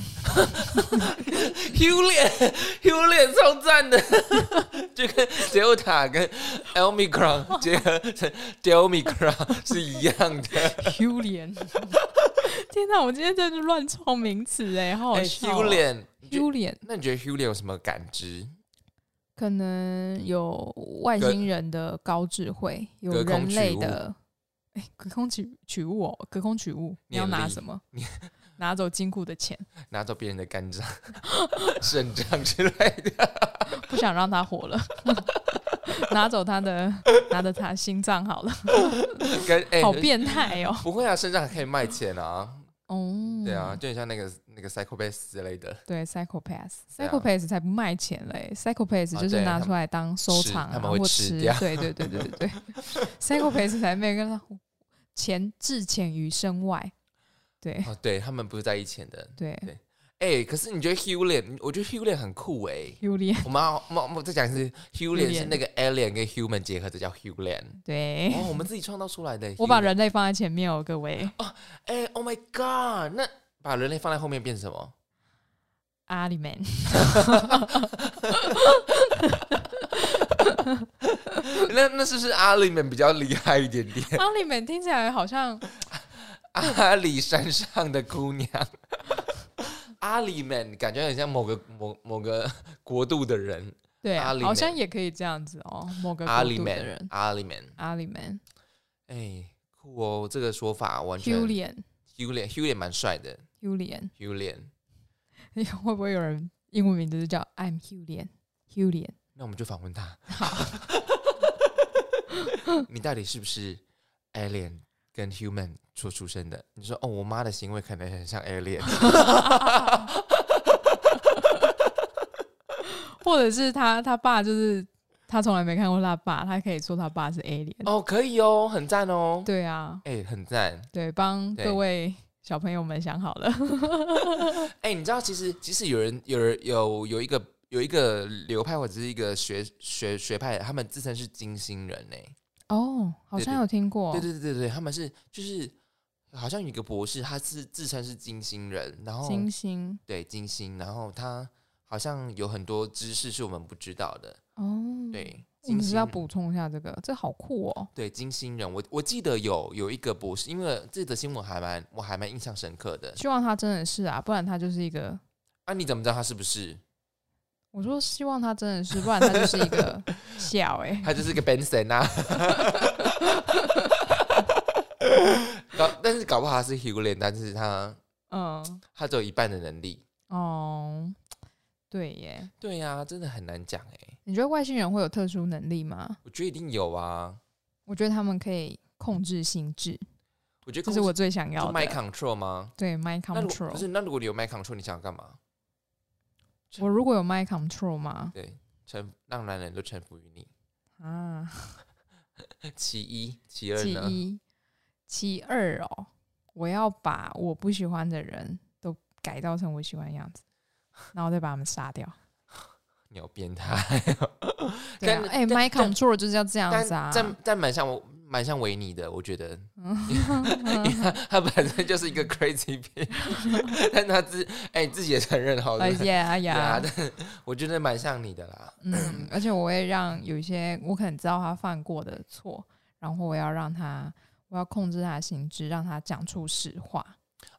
Speaker 1: 丢脸， 丢脸，超赞的， 就跟 Delta 跟 Omicron 结合成 Delmicron 是一样的。
Speaker 2: 幽莲。天哪！我今天真的是乱创名词哎，好好笑、
Speaker 1: 丢。脸，你觉
Speaker 2: 幽莲
Speaker 1: 那你觉得 Hulian 有什么感知？
Speaker 2: 可能有外
Speaker 1: 隔
Speaker 2: 星人的高智慧，有
Speaker 1: 隔空
Speaker 2: 人
Speaker 1: 取
Speaker 2: 类
Speaker 1: 物
Speaker 2: 的，哎、隔空取取物哦，隔空取物，你要
Speaker 1: 念
Speaker 2: 拿
Speaker 1: 力
Speaker 2: 什么？拿走金库的钱，
Speaker 1: 拿走别人的肝脏、 肾脏之类的，
Speaker 2: 不想让他活了， 拿走他的，拿着他心脏好了，
Speaker 1: 跟哎、
Speaker 2: 好变态哦。
Speaker 1: 不会啊，肾脏还可以卖钱啊，
Speaker 2: 哦，
Speaker 1: 对啊，，就很像那个那个 psychopath 之类的，
Speaker 2: 对，psychopath，psychopath、
Speaker 1: 对啊
Speaker 2: psychopath 才不卖钱嘞，psychopath
Speaker 1: 啊
Speaker 2: 就是
Speaker 1: 对
Speaker 2: 拿
Speaker 1: 他
Speaker 2: 出来当收
Speaker 1: 吃
Speaker 2: 藏
Speaker 1: 他
Speaker 2: 啊，
Speaker 1: 们会
Speaker 2: 或
Speaker 1: 吃
Speaker 2: 吃
Speaker 1: 掉，
Speaker 2: 对对对对对对，psychopath 才没有跟他钱置钱于身外，对
Speaker 1: 哦，对他们不是在一起的。
Speaker 2: 对
Speaker 1: 对哎、可是你觉得 Hulian，我觉得 Hulian 很酷哎、
Speaker 2: ，Julian，
Speaker 1: 我们要我们我们再讲一次
Speaker 2: Hulian
Speaker 1: ，Hulian 是那个 alien 跟 human 结合，这叫 Hulian。
Speaker 2: 对、
Speaker 1: 哦，我们自己创造出来的 Hulian。
Speaker 2: 我把人类放在前面哦，各位，
Speaker 1: 哎，Oh my God，那把人类放在后面变成什么？
Speaker 2: 阿里曼，
Speaker 1: 那那是不是阿里们比较厉害一点点？
Speaker 2: 阿里曼听起来好像
Speaker 1: 阿里山上的姑娘， 阿里们感觉很像某个某某个国度的人。
Speaker 2: 对啊、
Speaker 1: 阿里曼
Speaker 2: 好像也可以这样子哦，某个
Speaker 1: 阿
Speaker 2: 国
Speaker 1: 里
Speaker 2: 度的
Speaker 1: 们
Speaker 2: 人，，
Speaker 1: 阿里们，
Speaker 2: 阿里曼
Speaker 1: 哎，酷哦，这个说法完全。
Speaker 2: ，Julian，Julian，
Speaker 1: Hulian，Hulian 蛮帅的，Hulian。
Speaker 2: 会不会有人英文名字就叫 I'm Julian，Julian？
Speaker 1: 那我们就访问他。你到底是不是 alien 跟 human 所出生的？你说哦，我妈的行为可能很像 alien，
Speaker 2: 或者是他他爸就是他从来没看过他爸，他可以说他爸是 alien。
Speaker 1: 哦，可以哦，很赞哦，
Speaker 2: 对啊，
Speaker 1: 哎、很赞。
Speaker 2: 对，帮
Speaker 1: 对
Speaker 2: 各位小朋友们想好了。
Speaker 1: 哎、你知道其实其实有人有人有有一个有一个流派或者是一个学学学派，他们自称是金星人呢、
Speaker 2: 哦，好像
Speaker 1: 对
Speaker 2: 有听过。
Speaker 1: 对对对对对，他们是就是好像有一个博士，他是自称是金星人，然后
Speaker 2: 金星
Speaker 1: 对金星，然后他好像有很多知识是我们不知道的。
Speaker 2: 哦，，
Speaker 1: 对，
Speaker 2: 我们
Speaker 1: 金
Speaker 2: 是要
Speaker 1: 星
Speaker 2: 补充一下这个，这好酷哦。
Speaker 1: 对金星人，我我记得有有一个博士，因为这则新闻还蛮我还蛮印象深刻的。
Speaker 2: 希望他真的是啊，不然他就是一个。
Speaker 1: 啊，你怎么知道他是不是？
Speaker 2: 我说希望他真的是，不然他就是一 个笑哎、
Speaker 1: 他就是个 Benson 啊。搞，但是搞不好他是 Hulian，但是他
Speaker 2: 嗯，
Speaker 1: 他只有一半的能力。
Speaker 2: 哦，对耶。
Speaker 1: 对呀、真的很难讲哎、
Speaker 2: 你觉得外星人会有特殊能力吗？
Speaker 1: 我觉得一定有啊。
Speaker 2: 我觉得他们可以控制心智，
Speaker 1: 我觉得
Speaker 2: 这是
Speaker 1: 控
Speaker 2: 我
Speaker 1: 制
Speaker 2: 最想要
Speaker 1: 就 My
Speaker 2: 的。
Speaker 1: Control 吗？
Speaker 2: 对，mind
Speaker 1: 那如果
Speaker 2: control
Speaker 1: 不。是，那如果你有 My Control，你想要干嘛？
Speaker 2: 我如果有 mind control 吗？
Speaker 1: 对，臣让男人都臣服于你。
Speaker 2: 啊，
Speaker 1: 其一，其二
Speaker 2: 其
Speaker 1: 呢？
Speaker 2: 一，其二哦，我要把我不喜欢的人都改造成我喜欢的样子，然后再把他们杀掉。
Speaker 1: 你好变 态、
Speaker 2: 对啊
Speaker 1: 但，
Speaker 2: 哎、
Speaker 1: 但
Speaker 2: m y
Speaker 1: 但
Speaker 2: control 就是要这样
Speaker 1: 但
Speaker 2: 子啊。
Speaker 1: 但但蛮像我，蛮像维尼的，我觉 得，
Speaker 2: 嗯
Speaker 1: 因为他他本身就是一个 crazy 病， 但他自哎、自己也承认好了
Speaker 2: 哎，呀哎
Speaker 1: 对啊，
Speaker 2: 呀，
Speaker 1: 但我觉得蛮像你的啦。
Speaker 2: 嗯，而且我会让有一些我可能知道他犯过的错，然后我要让他，我要控制他的心智，让他讲出实话。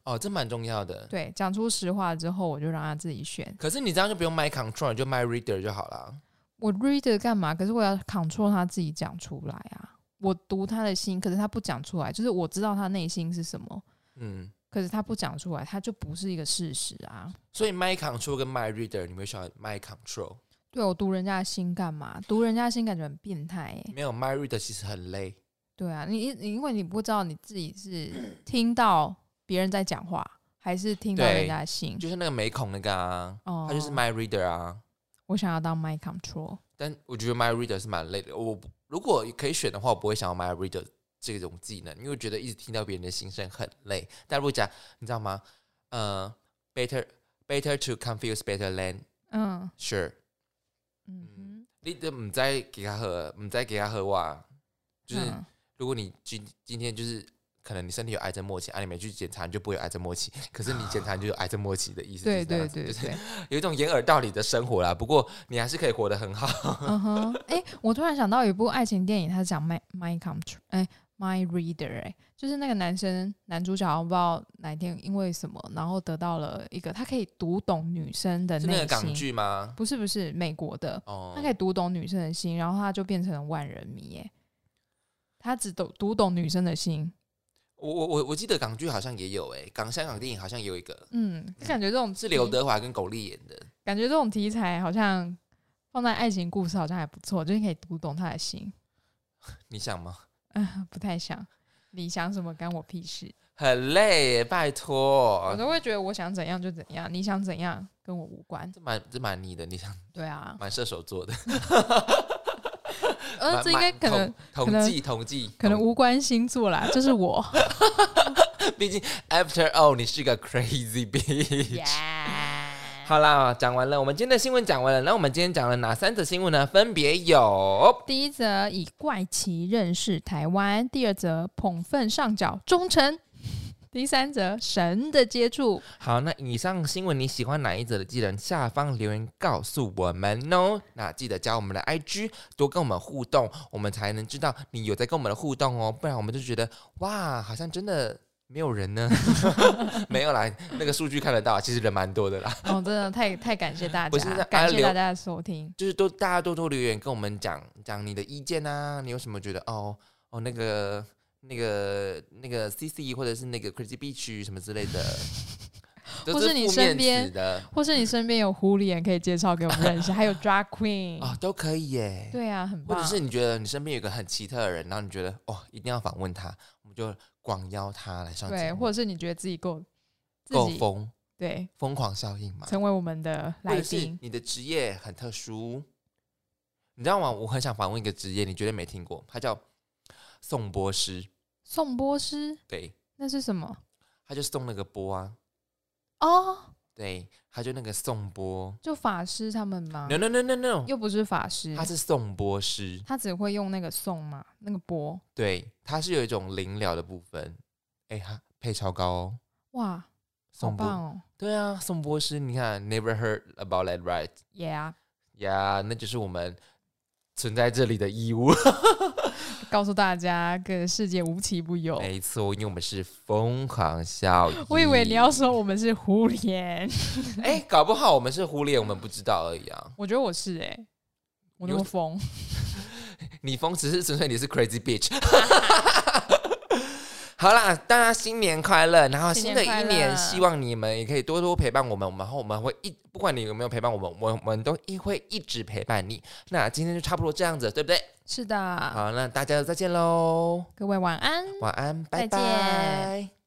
Speaker 1: 哦，这蛮重要的。
Speaker 2: 对，讲出实话之后，我就让他自己选。
Speaker 1: 可是你这样就不用 My Control，你就 My Reader 就好了。
Speaker 2: 我 reader 干嘛？可是我要 control 他自己讲出来啊。我读他的心，可是他不讲出来，就是我知道他内心是什么，
Speaker 1: 嗯，
Speaker 2: 可是他不讲出来，他就不是一个事实啊。
Speaker 1: 所以 My Control 跟 My Reader，你会选 My Control？
Speaker 2: 对我读人家的心干嘛？读人家的心感觉很变态耶、
Speaker 1: 没有 My Reader 其实很累。
Speaker 2: 对啊，你你因为你不知道你自己 是听到别人在讲话，还是听到
Speaker 1: 对
Speaker 2: 人家的心。
Speaker 1: 就是那个美孔那个啊，
Speaker 2: 哦，
Speaker 1: 他就是 My Reader 啊。
Speaker 2: 我想要当 my control。
Speaker 1: 但我觉得 My Reader 是蛮累的。我不如果可以选的话，我不会想要 My Reader 这种技能，因为我觉得一直听到别人的心声很累。但如果讲，你知道吗？呃，better better to confuse better than
Speaker 2: 嗯
Speaker 1: sure。
Speaker 2: 嗯哼，
Speaker 1: 你都唔再给他喝，唔再给他喝哇。就是
Speaker 2: 嗯
Speaker 1: 如果你今今天就是可能你身体有癌症末期，啊，你没去检查，你就不会有癌症末期。可是你检查你就有癌症末期的意思，
Speaker 2: 对
Speaker 1: 就是这
Speaker 2: 对
Speaker 1: 样子
Speaker 2: 对
Speaker 1: 就是
Speaker 2: 对，
Speaker 1: 有一种掩耳盗铃的生活啦。不过你还是可以活得很好。
Speaker 2: 嗯哼，哎，我突然想到有一部爱情电影，它是讲 my my control，哎，my reader，哎，就是那个男生男主角不知道哪天因为什么，然后得到了一个他可以读懂女生的
Speaker 1: 是那个
Speaker 2: 内
Speaker 1: 港
Speaker 2: 心，
Speaker 1: 剧吗？
Speaker 2: 不是不是美国的，
Speaker 1: 哦
Speaker 2: 他可以读懂女生的心，然后他就变成了万人迷，哎，他只懂读懂女生的心，
Speaker 1: 我我我我记得港剧好像也有诶、港香港电影好像有一个
Speaker 2: 嗯，感觉这种
Speaker 1: 是刘德华跟巩俐演的，
Speaker 2: 感觉这种题材好像放在爱情故事好像还不错，就是可以读懂他的心。
Speaker 1: 你想吗？
Speaker 2: 啊，不太想，你想什么干我屁事？
Speaker 1: 很累耶，拜托
Speaker 2: 我，都会觉得我想怎样就怎样，你想怎样跟我无关。
Speaker 1: 这蛮这蛮你的，你想
Speaker 2: 对啊，
Speaker 1: 蛮射手座 的，
Speaker 2: 呃，
Speaker 1: 蛮
Speaker 2: 这应该
Speaker 1: 蛮
Speaker 2: 可能
Speaker 1: 统
Speaker 2: 可
Speaker 1: 统
Speaker 2: 能
Speaker 1: 计统计，
Speaker 2: 可能
Speaker 1: 统
Speaker 2: 无关星座啦，就是我。
Speaker 1: 毕竟 after all 你是个 crazy bitch。
Speaker 2: Yeah
Speaker 1: 好啦，讲完了，我们今天的新闻讲完了。那我们今天讲了哪三则新闻呢？分别有
Speaker 2: 第一则以怪奇认识台湾，第二则捧粪上缴忠诚，第三则神的接触。
Speaker 1: 好，那以上新闻你喜欢哪一则的，记得下方留言告诉我们哦。那记得加我们的 IG，多跟我们互动，我们才能知道你有在跟我们的互动哦。不然我们就觉得哇，好像真的没有人呢。 没有啦，那个数据看得到，其实人蛮多的啦。
Speaker 2: 哦，真的 太太感谢大
Speaker 1: 不是那
Speaker 2: 家，感谢
Speaker 1: 啊
Speaker 2: 大
Speaker 1: 留
Speaker 2: 家的收听。
Speaker 1: 就是多大家多多留言跟我们讲讲你的意见啊，你有什么觉得哦哦那个那个那个 C C 或者是那个 Crazy Beach 什么之类的， 都
Speaker 2: 或是你
Speaker 1: 负面
Speaker 2: 身边
Speaker 1: 词的
Speaker 2: 或是你身边有狐狸人可以介绍给我们 认识，还有 drag queen，、
Speaker 1: 哦都可以耶。
Speaker 2: 对啊，很
Speaker 1: 或
Speaker 2: 棒。
Speaker 1: 者是你觉得你身边有一个很奇特的人，然后你觉得哦一定要访问他，我们就广邀他来上节
Speaker 2: 对，
Speaker 1: 目，
Speaker 2: 或者是你觉得自己够自
Speaker 1: 够
Speaker 2: 己
Speaker 1: 疯
Speaker 2: 对
Speaker 1: 疯狂效应嘛。
Speaker 2: 成为我们的
Speaker 1: 或
Speaker 2: 来
Speaker 1: 者是
Speaker 2: 宾，
Speaker 1: 你的职业很特殊，你知道吗？我很想访问一个职业，你绝对没听过，他叫送波师，
Speaker 2: 送波师
Speaker 1: 对。
Speaker 2: 那是什么？
Speaker 1: 他就送那个波啊，
Speaker 2: 哦，
Speaker 1: 对，他就那个送波。
Speaker 2: 就法师他们吗
Speaker 1: No？no no no no，
Speaker 2: 又不是法师，
Speaker 1: 他是送波师，
Speaker 2: 他只会用那个送嘛，那个波。
Speaker 1: 对，他是有一种灵疗的部分。哎，他配超高哦，
Speaker 2: 哇，好
Speaker 1: 送
Speaker 2: 棒
Speaker 1: 波。
Speaker 2: 哦
Speaker 1: 对啊，送波师，你看，never heard about that right？
Speaker 2: ！Yeah，
Speaker 1: 呀、那就是我们存在这里的义务。
Speaker 2: 告诉大家，个世界无奇不有。
Speaker 1: 没错， 因为我们是疯狂效应。
Speaker 2: 我以为你要说我们是狐脸，
Speaker 1: 哎，搞不好我们是忽略，我们不知道而已啊。
Speaker 2: 我觉得我是哎、我那
Speaker 1: 你
Speaker 2: 么
Speaker 1: 为
Speaker 2: 疯。
Speaker 1: 你疯只是纯粹你是 crazy bitch。好啦，大家新年快乐！然后
Speaker 2: 新
Speaker 1: 新
Speaker 2: 年
Speaker 1: 的
Speaker 2: 快
Speaker 1: 一
Speaker 2: 乐
Speaker 1: 年，希望你们也可以多多陪伴我们。然后我们会一，不管你有没有陪伴我们，我我们都一会一直陪伴你。那今天就差不多这样子，对不对？
Speaker 2: 是的，
Speaker 1: 啊好，那大家再见喽，
Speaker 2: 各位晚安。
Speaker 1: 晚安，拜
Speaker 2: 再见
Speaker 1: 拜。